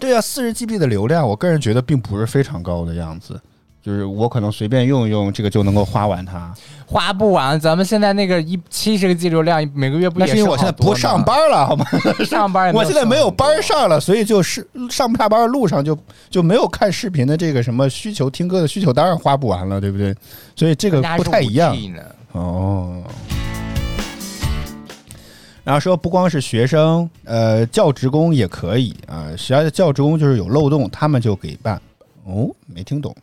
Speaker 3: 对啊，四十 GB 的流量，我个人觉得并不是非常高的样子，就是我可能随便用一用，这个就能够花完它。
Speaker 2: 花不完。咱们现在那个一七十个 G 流量，每个月不
Speaker 3: 那
Speaker 2: 也
Speaker 3: 是因为我
Speaker 2: 剩
Speaker 3: 现在
Speaker 2: 好
Speaker 3: 不
Speaker 2: 多
Speaker 3: 上
Speaker 2: 吗，
Speaker 3: 班了，好吗？
Speaker 2: *laughs* 上班也
Speaker 3: *laughs* 我现在没有
Speaker 2: 剩
Speaker 3: 班
Speaker 2: 很多。
Speaker 3: 上了，所以就是上不下班的路上就就没有看视频的这个什么需求，听歌的需求当然花不完了，对不对？所以这个
Speaker 2: 人家还
Speaker 3: 不
Speaker 2: 是
Speaker 3: 太一样
Speaker 2: 5G 呢。
Speaker 3: 哦。然后说不光是学生，呃，教职工也可以啊，只要教职工就是有漏洞，他们就给办。哦，没听懂。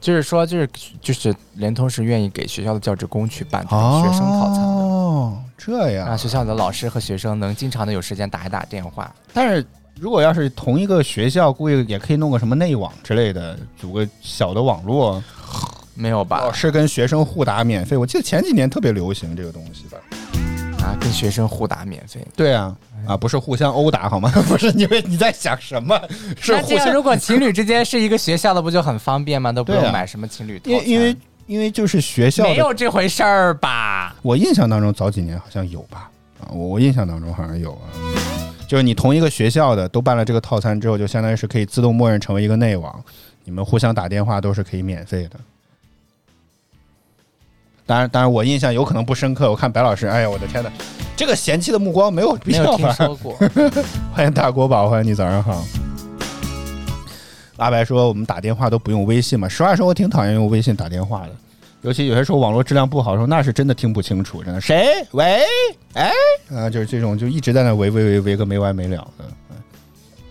Speaker 2: 就是说，就是就是联通是愿意给学校的教职工去办这种学生套餐的，
Speaker 3: 哦，这样
Speaker 2: 让。学校的老师和学生能经常的有时间打一打电话。
Speaker 3: 但是如果要是同一个学校，估计也可以弄个什么内网之类的，组个小的网络。
Speaker 2: 没有吧？
Speaker 3: 老师哦跟学生互打免费，我记得前几年特别流行这个东西吧？
Speaker 2: 啊，跟学生互打免费？
Speaker 3: 对啊，啊，不是互相殴打好吗？ *laughs* 不是，你为你在想什么？是
Speaker 2: 那
Speaker 3: 互
Speaker 2: 这
Speaker 3: 相
Speaker 2: 样，如果情侣之间是一个学校的，不就很方便吗？都不
Speaker 3: 对
Speaker 2: 用
Speaker 3: 啊
Speaker 2: 买什么情侣套
Speaker 3: 因为
Speaker 2: 餐
Speaker 3: 因为因为就是学校
Speaker 2: 没有
Speaker 3: 的，
Speaker 2: 这回事儿吧？
Speaker 3: 我印象当中早几年好像有吧？啊，我我印象当中好像有啊。就是你同一个学校的都办了这个套餐之后，就相当于是可以自动默认成为一个内网，你们互相打电话都是可以免费的。当然，当然我印象有可能不深刻。我看白老师，哎呀，我的天哪，这个嫌弃的目光没有必
Speaker 2: 没
Speaker 3: 要
Speaker 2: 有
Speaker 3: 吧
Speaker 2: 听？说过。
Speaker 3: 欢迎大国宝，欢迎你，早上好。阿白说：“我们打电话都不用微信嘛？实话说，我挺讨厌用微信打电话的，尤其有些时候网络质量不好的时候，那是真的听不清楚，真的。谁？喂？哎？啊，就是这种，就一直在那喂喂喂喂个没完没了的。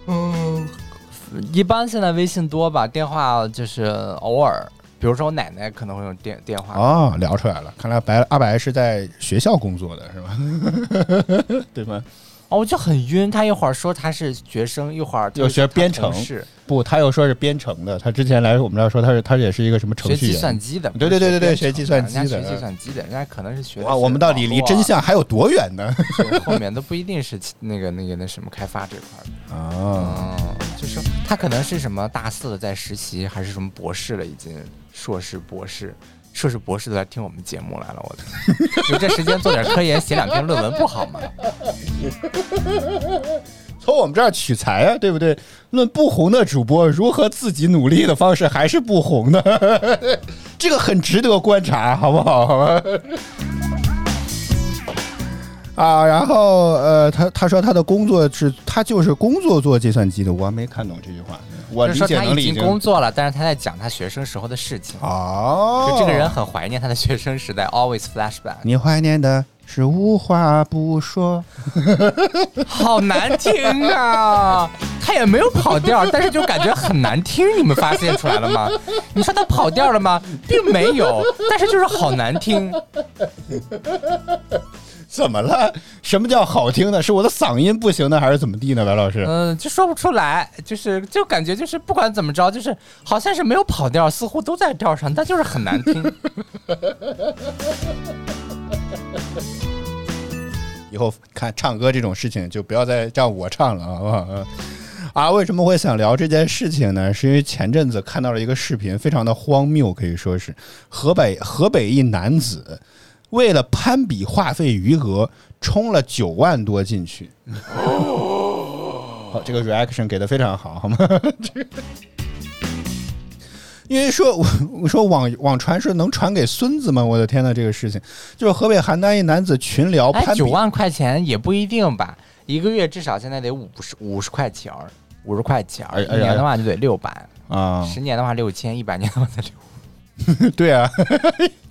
Speaker 2: 嗯，一般现在微信多吧，电话就是偶尔，比如说我奶奶可能会用电电话。
Speaker 3: 哦，聊出来了，看来白阿白是在学校工作的是吧？对吗？
Speaker 2: 哦，我就很晕，他一会儿说他是学生，一会儿
Speaker 3: 有学编程
Speaker 2: 是
Speaker 3: 不，他又说是编程的，他之前来我们这儿说他是他也是一个什么程
Speaker 2: 学
Speaker 3: 序员？
Speaker 2: 计算机的，
Speaker 3: 对对对对对，学计算机
Speaker 2: 人家
Speaker 3: 的。
Speaker 2: 学计算机的，人家可能是学的
Speaker 3: 哇，
Speaker 2: 是
Speaker 3: 我们到底离真相还有多远呢？
Speaker 2: 网络啊后面都不一定是那个那个那什么开发这块
Speaker 3: *laughs*
Speaker 2: 儿的。
Speaker 3: 啊，
Speaker 2: 嗯，就是他可能是什么大四了在实习，还是什么博士了，已经硕士、博士、硕士、博士都来听我们节目来了。我的，有这时间做点科研，写两篇论文不好吗？
Speaker 3: 从我们这儿取材啊，对不对？论不红的主播如何自己努力的方式还是不红的， *laughs* 这个很值得观察，好不好？好吧。 *laughs* 啊，然后呃，他他说他的工作是，他就是工作做计算机的，我没看懂这句话，我
Speaker 2: 就是
Speaker 3: 理
Speaker 2: 说
Speaker 3: 解
Speaker 2: 他
Speaker 3: 能力
Speaker 2: 已经工作了，但是他在讲他学生时候的事情。
Speaker 3: 哦，
Speaker 2: 就这个人很怀念他的学生时代，always flashback，
Speaker 3: 你怀念的是无话不说，
Speaker 2: *laughs* 好难听啊！他也没有跑调，但是就感觉很难听，你们发现出来了吗？ *laughs* 你说他跑调了吗？并没 *laughs* 有，但是就是好难听。
Speaker 3: 怎么了？什么叫好听的？是我的嗓音不行呢，还是怎么地呢？白老师，
Speaker 2: 嗯，就说不出来，就是就感觉就是不管怎么着，就是好像是没有跑调，似乎都在调上，但就是很难听。
Speaker 3: 以后看唱歌这种事情就不要再让我唱了，好不好？ *laughs* 嗯啊，为什么会想聊这件事情呢？是因为前阵子看到了一个视频，非常的荒谬，可以说是河北河北一男子为了攀比话费余额，充了九万多进去。
Speaker 2: 哦
Speaker 3: 好，这个 reaction 给的非常好，好吗？ *laughs* 这个因为说， *laughs* 我我说网网传说能传给孙子吗？我的天呐，这个事情就是河北邯郸一男子群聊
Speaker 2: 哎，
Speaker 3: 哦攀比
Speaker 2: 九万块钱也不一定吧，一个月至少现在得五十五十块钱儿，五十块钱儿，
Speaker 3: 哎
Speaker 2: 一
Speaker 3: 哎呀
Speaker 2: 年的话就得六百，
Speaker 3: 啊，
Speaker 2: 十年的话六千，一百年的话才六。
Speaker 3: *laughs* 对啊，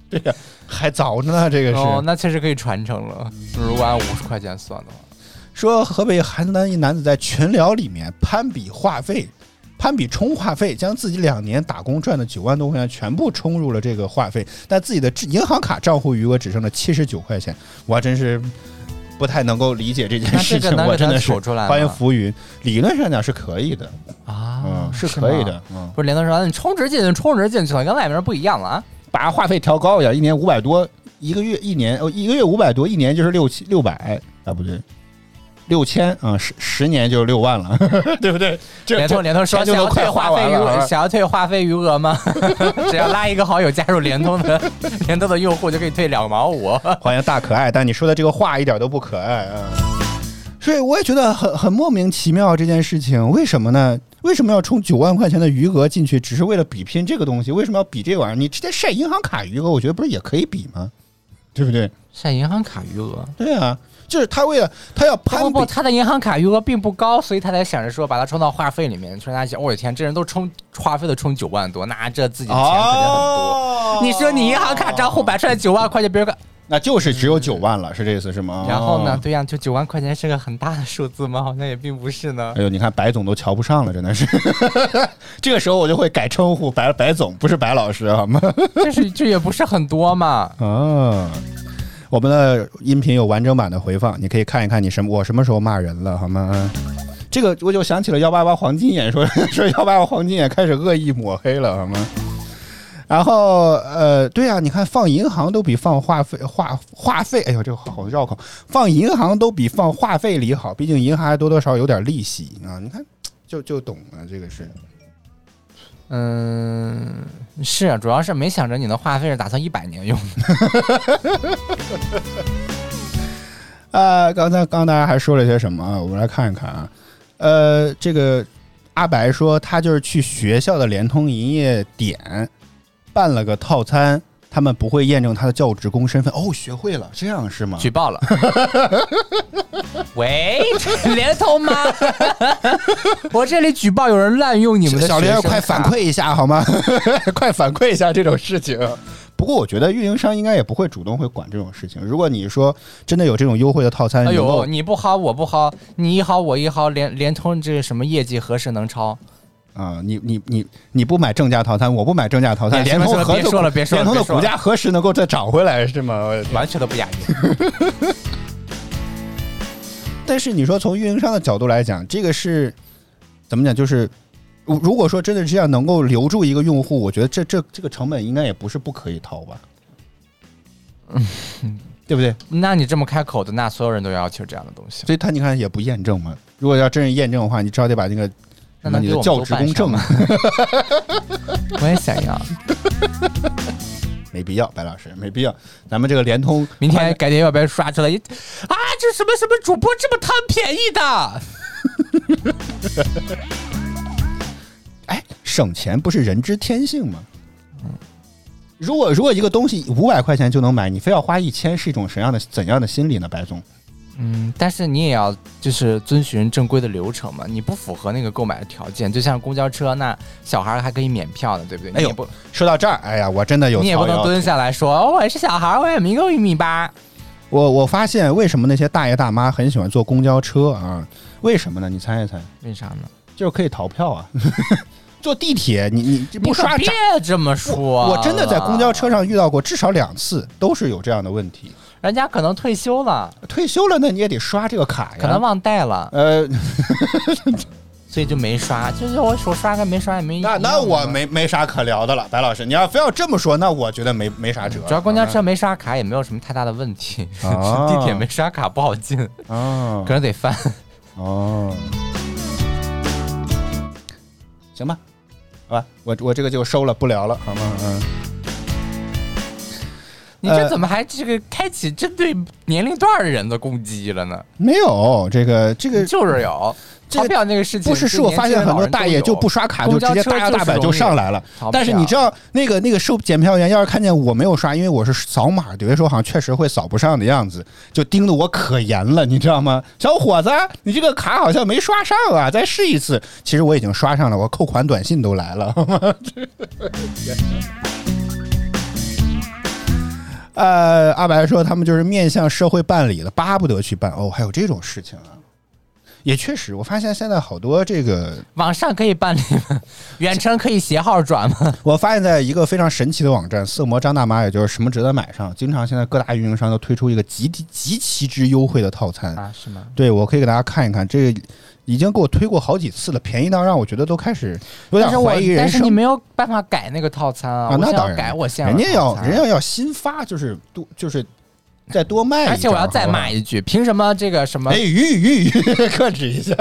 Speaker 3: 对呀、还早着呢，这个是。
Speaker 2: 哦，那确实可以传承了。如果按五十块钱算的话，
Speaker 3: 说河北邯郸一男子在群聊里面攀比话费，攀比充话费，将自己两年打工赚的九万多块钱全部充入了这个话费，但自己的支银行卡账户余额只剩了七十九块钱，我还真是。不太能够理解这件
Speaker 2: 那
Speaker 3: 事
Speaker 2: 这个
Speaker 3: 情，
Speaker 2: 能
Speaker 3: 我
Speaker 2: 给
Speaker 3: 真
Speaker 2: 他
Speaker 3: 的是
Speaker 2: 数出来
Speaker 3: 欢迎
Speaker 2: 吗
Speaker 3: 浮云。理论上讲是可以的，
Speaker 2: 啊
Speaker 3: 嗯，是可以
Speaker 2: 吗
Speaker 3: 的嗯
Speaker 2: 不是连登说你充值进去，充值进去了，跟外面人不一样了啊。
Speaker 3: 把话费调高一点，一年五百多，一个月一年哦，一个月五百多，一年就是六七六百啊，不对，六千啊，十十年就六万了， *laughs* 对不 *laughs* 对？这
Speaker 2: 联通
Speaker 3: 这
Speaker 2: 联通说
Speaker 3: 钱就
Speaker 2: 想
Speaker 3: 都
Speaker 2: 要
Speaker 3: 快
Speaker 2: 退
Speaker 3: 花
Speaker 2: 话费
Speaker 3: 完
Speaker 2: 余
Speaker 3: 了
Speaker 2: 额，
Speaker 3: 啊。
Speaker 2: 想要退话费余额
Speaker 3: *laughs*
Speaker 2: 吗？只要拉一个好友加入联通的 *laughs* 联通的用户就可以退两毛
Speaker 3: *laughs*
Speaker 2: 五。
Speaker 3: 欢迎大可爱，但你说的这个话一点都不可爱啊。 *laughs* 所以我也觉得很很莫名其妙这件事情，为什么呢？为什么要充九万块钱的余额进去，只是为了比拼这个东西？为什么要比这玩意儿？你直接晒银行卡余额，我觉得不是也可以比吗？对不对？
Speaker 2: 晒银行卡余额，
Speaker 3: 对啊，就是他为了他要
Speaker 2: 不
Speaker 3: 攀
Speaker 2: 不
Speaker 3: 比
Speaker 2: 不，他的银行卡余额并不高，所以他才想着说把它充到话费里面。突然他想，我的天，这人都充话费都充九万多，那这自己的钱肯定很多。
Speaker 3: 哦
Speaker 2: 你说你银行卡账户摆出来九万块钱，别人看，
Speaker 3: 那就是只有九万了，是这意思是吗？
Speaker 2: 然后呢？
Speaker 3: 哦？
Speaker 2: 对呀、就九万块钱是个很大的数字吗？好像也并不是呢。
Speaker 3: 哎呦，你看白总都瞧不上了，真的是。 *laughs* 这个时候我就会改称呼白白总，不是白老师啊好吗？
Speaker 2: 这是这也不是很多嘛。
Speaker 3: 啊，我们的音频有完整版的回放，你可以看一看你什么我什么时候骂人了好吗？这个我就 *laughs* 想起了幺八八黄金眼说说幺八八黄金眼开始恶意抹黑了好吗？然后呃，对啊，你看放银行都比放话费话话费，哎呦，这个好绕口，放银行都比放话费里好，毕竟银行还多多少少有点利息啊。你看，就就懂了，这个是。
Speaker 2: 嗯，是啊，主要是没想着你的话费是打算一百年用的。
Speaker 3: 呃，刚才刚刚大家还说了些什么啊？我们来看一看啊。呃，这个阿白说他就是去学校的联通营业点办了个套餐，他们不会验证他的教职工身份。哦，学会了，这样是吗？
Speaker 2: 举报了。喂， *laughs* 联通吗？ *laughs* 我这里举报有人滥用你们的
Speaker 3: 小玲
Speaker 2: 学
Speaker 3: 儿，
Speaker 2: 生
Speaker 3: 快反
Speaker 2: 卡
Speaker 3: 馈一下好吗？ *laughs* 快反馈一下这种事情。不过我觉得运营商应该也不会主动会管这种事情。如果你说真的有这种优惠的套餐，
Speaker 2: 哎
Speaker 3: 能
Speaker 2: 呦，
Speaker 3: 够
Speaker 2: 你不薅我不薅，你一薅我一薅，联联通这个什么业绩何时能超？
Speaker 3: 啊、你你你你不买正价套餐，我不买正价套餐，
Speaker 2: 别
Speaker 3: 联
Speaker 2: 说
Speaker 3: 通
Speaker 2: 了
Speaker 3: 合
Speaker 2: 别说了别说了
Speaker 3: 联通的
Speaker 2: 别说了
Speaker 3: 股价何时能够再涨回来是吗？
Speaker 2: 完全都不亚于。
Speaker 3: 但是你说从运营商的角度来讲，这个是怎么讲？就是如如果说真的是这样能够留住一个用户，我觉得这这这个成本应该也不是不可以掏 *laughs* 吧，对不对？
Speaker 2: 那你这么开口的，那所有人都要求这样的东西。
Speaker 3: 所以他你看也不验证嘛。如果要真是验证的话，你至少得把那个
Speaker 2: 那
Speaker 3: 什么
Speaker 2: 能
Speaker 3: 你
Speaker 2: 给
Speaker 3: 的
Speaker 2: 我们
Speaker 3: 教
Speaker 2: 都
Speaker 3: 职
Speaker 2: 办上
Speaker 3: 工证
Speaker 2: 吗我也想要，
Speaker 3: *laughs* 没必要，白老师没必要。咱们这个联通
Speaker 2: 明天改天要不要刷出来一 *laughs* 啊？这什么什么主播这么贪便宜的？
Speaker 3: 哎，省钱不是人之天性吗？如果如果一个东西五百块钱就能买，你非要花一千，是一种什么样的怎样的心理呢？白总，
Speaker 2: 嗯，但是你也要就是遵循正规的流程嘛，你不符合那个购买的条件，就像公交车，那小孩还可以免票呢，对不对？
Speaker 3: 哎
Speaker 2: 你
Speaker 3: 呦
Speaker 2: 也不，
Speaker 3: 说到这儿，哎呀，我真的有
Speaker 2: 你也
Speaker 3: 槽
Speaker 2: 不能
Speaker 3: 要
Speaker 2: 蹲下来说，哦我是小孩，我也没够一米八。
Speaker 3: 我我发现为什么那些大爷大妈很喜欢坐公交车啊？为什么呢？你猜一猜，
Speaker 2: 为啥呢？
Speaker 3: 就是可以逃票啊。 *laughs* 坐地铁，你你这不
Speaker 2: 你可啊
Speaker 3: 刷
Speaker 2: 别
Speaker 3: 闸，
Speaker 2: 这么说
Speaker 3: 我真的在公交
Speaker 2: 了，
Speaker 3: 车上遇到过至少两次，都是有这样的问题。
Speaker 2: 人家可能退休了，
Speaker 3: 退休了，那你也得刷这个卡呀。
Speaker 2: 可能忘带了，
Speaker 3: 呃，
Speaker 2: 所以就没刷。就是我手刷跟没刷也没一
Speaker 3: 那
Speaker 2: 一样
Speaker 3: 那
Speaker 2: 的
Speaker 3: 我
Speaker 2: 嘛
Speaker 3: 没没啥可聊的了，白老师，你要非要这么说，那我觉得没没啥辙。
Speaker 2: 主要公交车没刷卡也没有什么太大的问题，
Speaker 3: 啊
Speaker 2: *laughs* 地铁没刷卡不好进，
Speaker 3: 啊
Speaker 2: 可能得
Speaker 3: *laughs*
Speaker 2: 翻。
Speaker 3: 哦，行吧，好吧，我我这个就收了，不聊了，好吗？嗯。
Speaker 2: 你这怎么还这个开启针对年龄段儿的人的攻击了呢？
Speaker 3: 没有这个这个
Speaker 2: 就是有
Speaker 3: 这个
Speaker 2: 逃票那个事情，
Speaker 3: 不是，是
Speaker 2: 就
Speaker 3: 我
Speaker 2: 年
Speaker 3: 发
Speaker 2: 轻
Speaker 3: 现
Speaker 2: 人
Speaker 3: 很
Speaker 2: 老
Speaker 3: 多
Speaker 2: 人
Speaker 3: 大
Speaker 2: 都
Speaker 3: 爷
Speaker 2: 有
Speaker 3: 就不刷卡，就直接大摇大摆就上来了。但是你知，道，那个那个收检票员要是看见我没有刷，因为我是扫码，有的时候好像确实会扫不上的样子，就盯得我可严了，你知道吗？小伙子，你这个卡好像没刷上啊，再试一次。其实我已经刷上了，我扣款短信都来了。 *laughs* 呃，阿白说他们就是面向社会办理的，巴不得去办哦，还有这种事情啊。也确实，我发现现在好多这个
Speaker 2: 网上可以办理吗？ *laughs* 远程可以携号转吗？
Speaker 3: 我发现在一个非常神奇的网站“色魔张大妈”，也就是什么值得买上，经常现在各大运营商都推出一个极极其之优惠的套餐。
Speaker 2: 啊，是吗？
Speaker 3: 对，我可以给大家看一看，这个已经给我推过好几次了，便宜到让我觉得都开始有
Speaker 2: 但
Speaker 3: 点
Speaker 2: 是我
Speaker 3: 怀疑人
Speaker 2: 但是你
Speaker 3: 生。
Speaker 2: 没有办法改那个套餐啊！
Speaker 3: 啊，
Speaker 2: 我
Speaker 3: 那
Speaker 2: 想
Speaker 3: 当
Speaker 2: 要
Speaker 3: 然，
Speaker 2: 改我现在
Speaker 3: 人家
Speaker 2: 的
Speaker 3: 要
Speaker 2: 套餐啊
Speaker 3: 人家要新发，就是多就是再多卖一啊张，
Speaker 2: 而且我要再
Speaker 3: 好吧
Speaker 2: 骂一句，凭什么这个什么
Speaker 3: 哎，鱼鱼鱼， *laughs* 克制一下，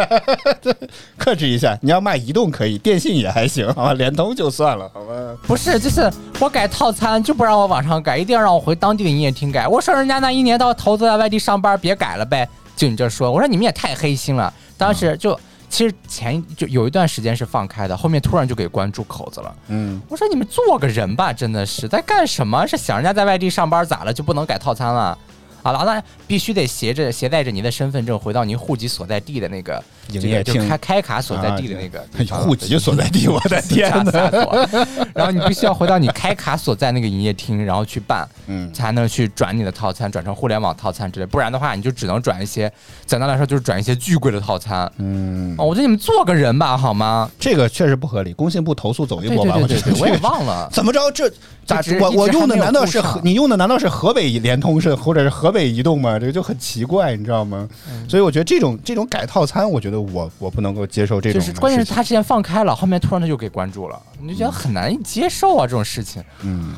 Speaker 3: *laughs* 克制一下。你要卖移动可以，电信也还行，好吧，联通就算了，好吧。
Speaker 2: 不是，就是我改套餐就不让我网上改，一定要让我回当地的营业厅改。我说人家那一年到头都在外地上班，别改了呗。就你这说，我说你们也太黑心了。当
Speaker 3: 嗯
Speaker 2: 时就、其实前就有一段时间是放开的，后面突然就给关住口子了。
Speaker 3: 嗯，
Speaker 2: 我说你们做个人吧，真的是在干什么？是想人家在外地上班咋了就不能改套餐了？啊，那那必须得携着携带着您的身份证回到您户籍所在地的那个
Speaker 3: 营
Speaker 2: 这个
Speaker 3: 业
Speaker 2: 就
Speaker 3: 厅
Speaker 2: 开开
Speaker 3: 啊
Speaker 2: 卡所在地的那个地方了
Speaker 3: *laughs* 户籍所在地，我的天
Speaker 2: 吓
Speaker 3: 哪！
Speaker 2: 吓死我了！然后你必须要回到你开卡所在那个营业厅，然后去办，
Speaker 3: 嗯
Speaker 2: 才能去转你的套餐，转成互联网套餐之类，不然的话你就只能转一些，简单来说就是转一些巨贵的套餐。
Speaker 3: 嗯，
Speaker 2: 哦，我觉得你们做个人吧，好吗？
Speaker 3: 这个确实不合理。工信部投诉走一
Speaker 2: 对
Speaker 3: 波
Speaker 2: 对
Speaker 3: 吧，
Speaker 2: 对
Speaker 3: 觉
Speaker 2: 对
Speaker 3: 得
Speaker 2: 对，我也
Speaker 3: 这个
Speaker 2: 忘了。
Speaker 3: 怎么着？这咋
Speaker 2: 一直
Speaker 3: 我
Speaker 2: 一直
Speaker 3: 我用的
Speaker 2: 还没有
Speaker 3: 难道是
Speaker 2: 顾上
Speaker 3: 河你用的难道是河北联通
Speaker 2: 嗯
Speaker 3: 是或者是河北移动吗？这个就很奇怪，你知道吗？所以我觉得这种这种改套餐，我觉得得我我不能够接受这种
Speaker 2: 就
Speaker 3: 的事
Speaker 2: 是
Speaker 3: 情。
Speaker 2: 关键是他之前放开了，后面突然他就给关注了，你就觉得很难以接受啊这种事情。
Speaker 3: 嗯。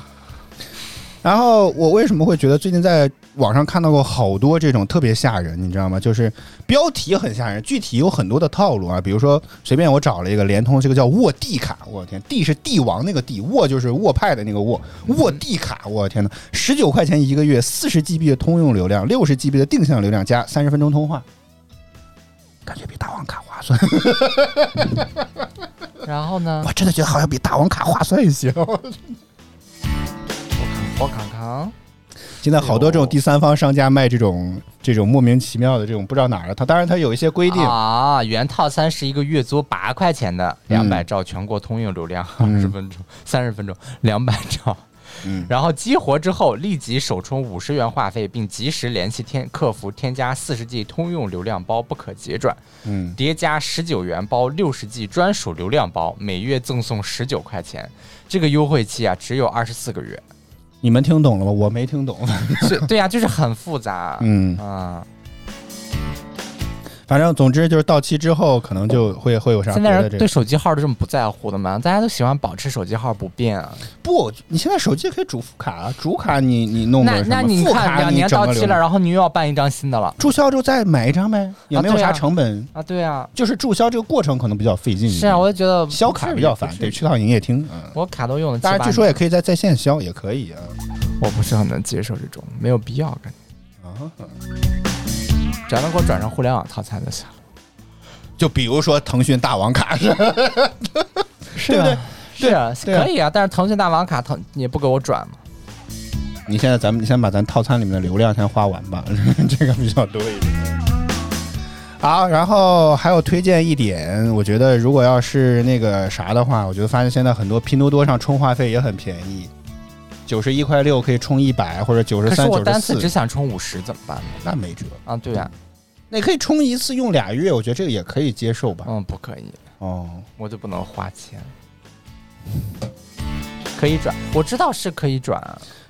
Speaker 3: 然后我为什么会觉得最近在网上看到过好多这种特别吓人，你知道吗？就是标题很吓人，具体有很多的套路啊。比如说，随便我找了一个联通，这个叫沃地卡，我天，地是帝王那个地，沃就是沃派的那个沃，沃地卡，我天呐，十九块钱一个月，四十 GB 的通用流量，六十 GB 的定向流量加三十分钟通话，感觉比大王卡划算。
Speaker 2: 然后呢？
Speaker 3: 我真的觉得好像比大王卡划算一些。哦
Speaker 2: 我看看，
Speaker 3: 现在好多这种第三方商家卖这种这种莫名其妙的这种不知道哪儿的，它当然它有一些规定，
Speaker 2: 啊，原套三是一个月租八块钱的，两百
Speaker 3: 嗯
Speaker 2: 兆全国通用流量，
Speaker 3: 嗯
Speaker 2: 二十分钟，三十分钟，两百兆。
Speaker 3: 嗯，
Speaker 2: 然后激活之后立即首充五十元话费，并及时联系天客服添加四十 G 通用流量包不可结转，
Speaker 3: 嗯，
Speaker 2: 叠加十九元包六十 G 专属流量包，每月赠送十九块钱。这个优惠期啊，只有二十四个月，
Speaker 3: 你们听懂了吗？我没听 *laughs* 懂，
Speaker 2: 所以对呀、就是很复杂。
Speaker 3: 嗯
Speaker 2: 啊，
Speaker 3: 反正总之就是到期之后可能就会会有啥
Speaker 2: 现
Speaker 3: 别
Speaker 2: 在
Speaker 3: 的
Speaker 2: 人
Speaker 3: 这
Speaker 2: 对
Speaker 3: 个。
Speaker 2: 手机号都这么不在乎的吗？大家都喜欢保持手机号不变啊。
Speaker 3: 不，你现在手机可以主副卡，主卡你你弄
Speaker 2: 那
Speaker 3: 个什
Speaker 2: 那
Speaker 3: 么，
Speaker 2: 你
Speaker 3: 副
Speaker 2: 看
Speaker 3: 卡
Speaker 2: 两
Speaker 3: 你
Speaker 2: 年
Speaker 3: 整
Speaker 2: 到
Speaker 3: 个
Speaker 2: 期
Speaker 3: 流
Speaker 2: 了，
Speaker 3: 量
Speaker 2: 然后你又要办一张新的了
Speaker 3: 注销之后再买一张呗，也
Speaker 2: 啊
Speaker 3: 没有
Speaker 2: 对
Speaker 3: 啥
Speaker 2: 啊
Speaker 3: 成本。
Speaker 2: 啊？对啊，
Speaker 3: 就是注销这个过程可能比较费劲一点，
Speaker 2: 是啊，我就觉得
Speaker 3: 销嗯卡比较烦，
Speaker 2: 对
Speaker 3: 得，去趟营业厅。嗯，
Speaker 2: 我卡都用了七八
Speaker 3: 当
Speaker 2: 年，
Speaker 3: 然据说也可以在在线销，也可以啊。
Speaker 2: 我不是很能接受这种，没有必要感觉，
Speaker 3: 啊，
Speaker 2: 只要能给我转成互联网套餐就行了。
Speaker 3: 就比如说腾讯大王卡是吧，
Speaker 2: 是
Speaker 3: 对不对
Speaker 2: 啊，是啊，
Speaker 3: 对啊
Speaker 2: 可以啊，但是腾讯大王卡腾也不给我转嘛。
Speaker 3: 你现在咱们你先把咱套餐里面的流量先花完吧， *laughs* 这个比较多一点。好，然后还有推荐一点，我觉得如果要是那个啥的话，我觉得发现现在很多拼多多上充话费也很便宜，九十一块六可以充一百或者九
Speaker 2: 可
Speaker 3: 十
Speaker 2: 是
Speaker 3: 三、
Speaker 2: 我
Speaker 3: 九
Speaker 2: 单
Speaker 3: 十
Speaker 2: 次只
Speaker 3: 四，
Speaker 2: 想充五十怎么办呢？
Speaker 3: 那没辙。
Speaker 2: 啊，对啊，
Speaker 3: 那可以充一次用俩月，我觉得这个也可以接受吧。
Speaker 2: 嗯，不可以，
Speaker 3: 哦，
Speaker 2: 我就不能花钱。可以转，我知道是可以转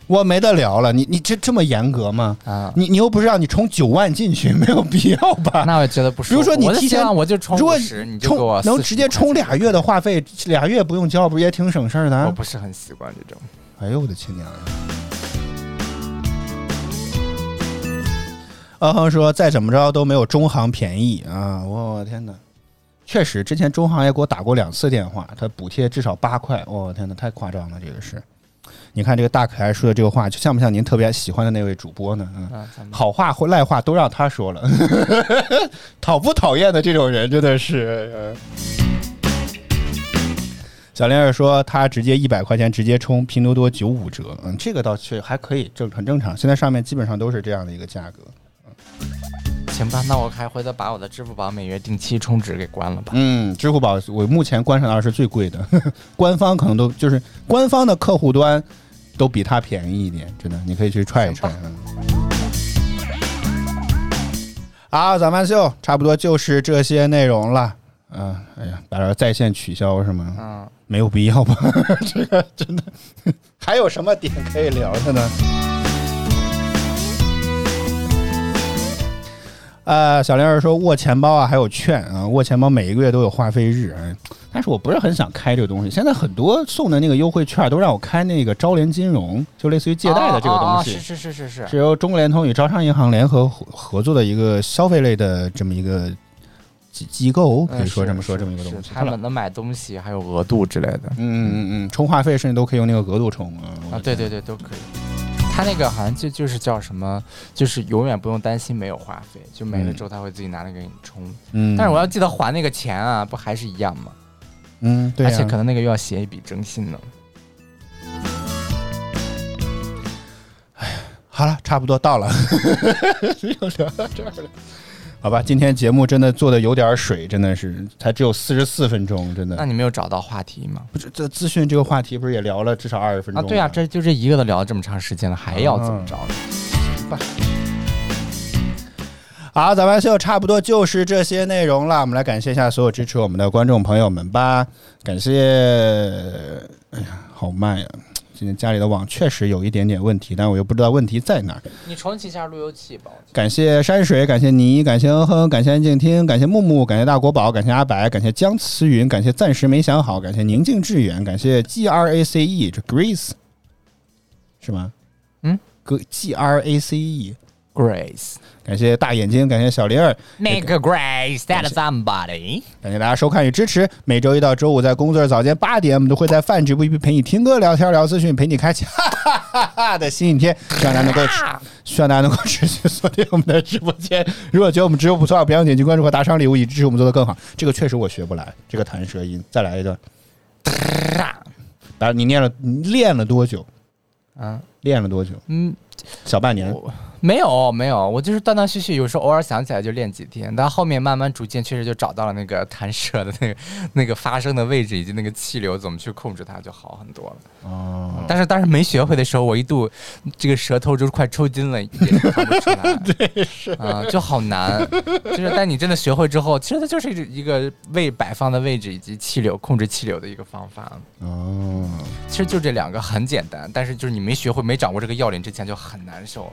Speaker 3: 我没得聊了，你你这这么严格吗？
Speaker 2: 啊，
Speaker 3: 你你又不是让你充九万进去，没有必要 *laughs* 吧？
Speaker 2: 那我觉得不舒服。
Speaker 3: 比如说你
Speaker 2: 我就
Speaker 3: 提
Speaker 2: 希
Speaker 3: 前
Speaker 2: 望我就充
Speaker 3: 如果
Speaker 2: 五十，你就
Speaker 3: 充
Speaker 2: 给我
Speaker 3: 能
Speaker 2: 40
Speaker 3: 直接
Speaker 2: 块
Speaker 3: 充
Speaker 2: 钱
Speaker 3: 俩月的话费，俩月不用交，不是也挺省事儿的
Speaker 2: 我
Speaker 3: 啊？
Speaker 2: 不是很习惯这种。
Speaker 3: 哎呦我的亲娘啊！阿恒说：“再怎么着都没有中行便宜啊！我我天哪，确实，之前中行也给我打过两次电话，他补贴至少八块，我、天哪，太夸张了，这个是。你看这个大可爱说的这个话，就像不像您特别喜欢的那位主播呢？嗯，
Speaker 2: 啊，咱们
Speaker 3: 好话或赖话都让他说了， *laughs* 讨不讨厌的这种人真的是。呃小玲儿说，他直接一百块钱直接充拼多多九五折，嗯，这个倒是还可以，正很正常。现在上面基本上都是这样的一个价格。
Speaker 2: 行吧，那我还回头把我的支付宝每月定期充值给关了吧。
Speaker 3: 嗯，支付宝我目前观察到是最贵的， *laughs* 官方可能都就是官方的客户端都比它便宜一点，真的，你可以去踹一踹。嗯好，早饭秀差不多就是这些内容了。嗯、哎呀，把这在线取消是吗？
Speaker 2: 嗯，
Speaker 3: 没有必要吧？ *laughs* 这个真的还有什么点可以聊的呢？呃，小玲儿说握钱包啊，还有券啊，握钱包每一个月都有话费日，哎但是我不是很想开这个东西。现在很多送的那个优惠券都让我开那个招联金融，就类似于借贷的这个
Speaker 2: 哦哦
Speaker 3: 东
Speaker 2: 哦
Speaker 3: 西，
Speaker 2: 是是是是
Speaker 3: 是
Speaker 2: 是。
Speaker 3: 由中国联通与招商银行联合合合作的一个消费类的这么一个机机构，可以
Speaker 2: 嗯
Speaker 3: 说
Speaker 2: 是
Speaker 3: 这么说
Speaker 2: 是
Speaker 3: 这么一个东
Speaker 2: 是
Speaker 3: 西。
Speaker 2: 他们能买东西，还有额度之类的
Speaker 3: 嗯嗯嗯，充话费甚至都可以用那个额度充啊。
Speaker 2: 啊，
Speaker 3: 我的
Speaker 2: 对
Speaker 3: 天
Speaker 2: 对对，都可以。他那个好像就就是叫什么，就是永远不用担心没有话费，就没了之后他会自己拿那个给你充。
Speaker 3: 嗯，
Speaker 2: 但是我要记得还那个钱啊，不还是一样吗？
Speaker 3: 嗯，对、啊，
Speaker 2: 而且可能那个又要写一笔征信呢。
Speaker 3: 好了，差不多到了，又聊到这儿了。好吧，今天节目真的做的有点水，真的是才只有四十四分钟，真
Speaker 2: 那
Speaker 3: 的。
Speaker 2: 你没有找到话题吗？
Speaker 3: 不是这资讯这个话题不是也聊了至少二十分
Speaker 2: 啊，
Speaker 3: 钟嗯
Speaker 2: 对啊，
Speaker 3: 啊，
Speaker 2: 这就这一个都聊了这么长时间了，还要怎么着呢？
Speaker 3: 好，咱们秀差不多就是这些内容了。我们来感谢一下所有支持我们的观众朋友们吧，感谢。哎呀，好慢呀！今天家里的网确实有一点点问题，但我又不知道问题在哪儿。
Speaker 2: 你重启一下路由器吧。
Speaker 3: 感谢山水，感谢你，感谢嗯哼，感谢安静听，感谢木木，感谢大国宝，感谢阿白，感谢江慈云，感谢暂时没想好，感谢宁静致远，感谢 G R A C E 这 Grace 是吗？
Speaker 2: 嗯
Speaker 3: ，G R A C E
Speaker 2: Grace，
Speaker 3: 感谢大眼睛，感谢小灵儿，
Speaker 2: Make a grace that somebody。
Speaker 3: 感谢大家收看与支持。每周一到周五在工作日早间八点，我们都会在饭局不一陪你听歌、聊天、聊资讯，陪你开启 *laughs* 哈哈哈哈的新一天。希望大家能够持，希望大家能够持续锁定我们的直播间。如果觉得我们直播不错，不要忘点击关注和打赏礼物，以支持我们做得更好。这个确实我学不来，这个弹舌音。再来
Speaker 2: *laughs*
Speaker 3: 一段。来，你念了，你练了多久？
Speaker 2: 啊，
Speaker 3: 练了多久？
Speaker 2: 嗯，
Speaker 3: 小半年。
Speaker 2: 没有没有，我就是断断续续，有时候偶尔想起来就练几天，但后面慢慢逐渐确实就找到了那个弹射的那个那个发声的位置以及那个气流怎么去控制它就好很多了。
Speaker 3: 哦，
Speaker 2: 但是当时没学会的时候，我一度这个舌头就是快抽筋了，也看不出来。
Speaker 3: *laughs* 对，是
Speaker 2: 啊、就好难。就是但你真的学会之后，其实它就是一个位摆放的位置以及气流控制气流的一个方法。
Speaker 3: 哦，
Speaker 2: 其实就这两个很简单，但是就是你没学会、没掌握这个要领之前就很难受，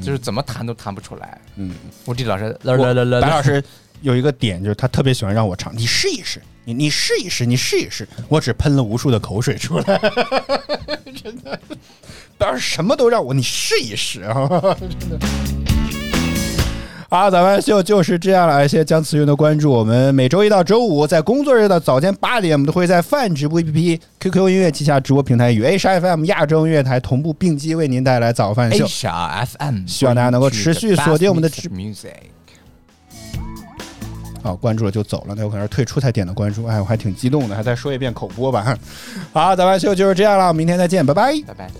Speaker 2: 就是怎么弹都弹不出来。
Speaker 3: 嗯，
Speaker 2: 我这老师，
Speaker 3: 我
Speaker 2: 来来来来，
Speaker 3: 白老师有一个点，就是他特别喜欢让我唱，你试一试，你你试一试，你试一试。我只喷了无数的口水出来， *laughs* 真的。白老师什么都让我，你试一试啊， *laughs* 真的。啊，咱们秀就是这样了，谢谢江慈云的关注。我们每周一到周五在工作日的早间八点，我们都会在泛直播 APP、QQ 音乐旗下直播平台与 H FM 亚洲音乐台同步并机，为您带来早饭秀。
Speaker 2: HR FM，
Speaker 3: 希望大家能够持续锁定我们的直
Speaker 2: music。
Speaker 3: 哦，关注了就走了，那有可能是退出才点的关注。哎，我还挺激动的，还再说一遍口播吧。好，咱们秀就是这样了，明天再见，拜拜。
Speaker 2: 拜拜。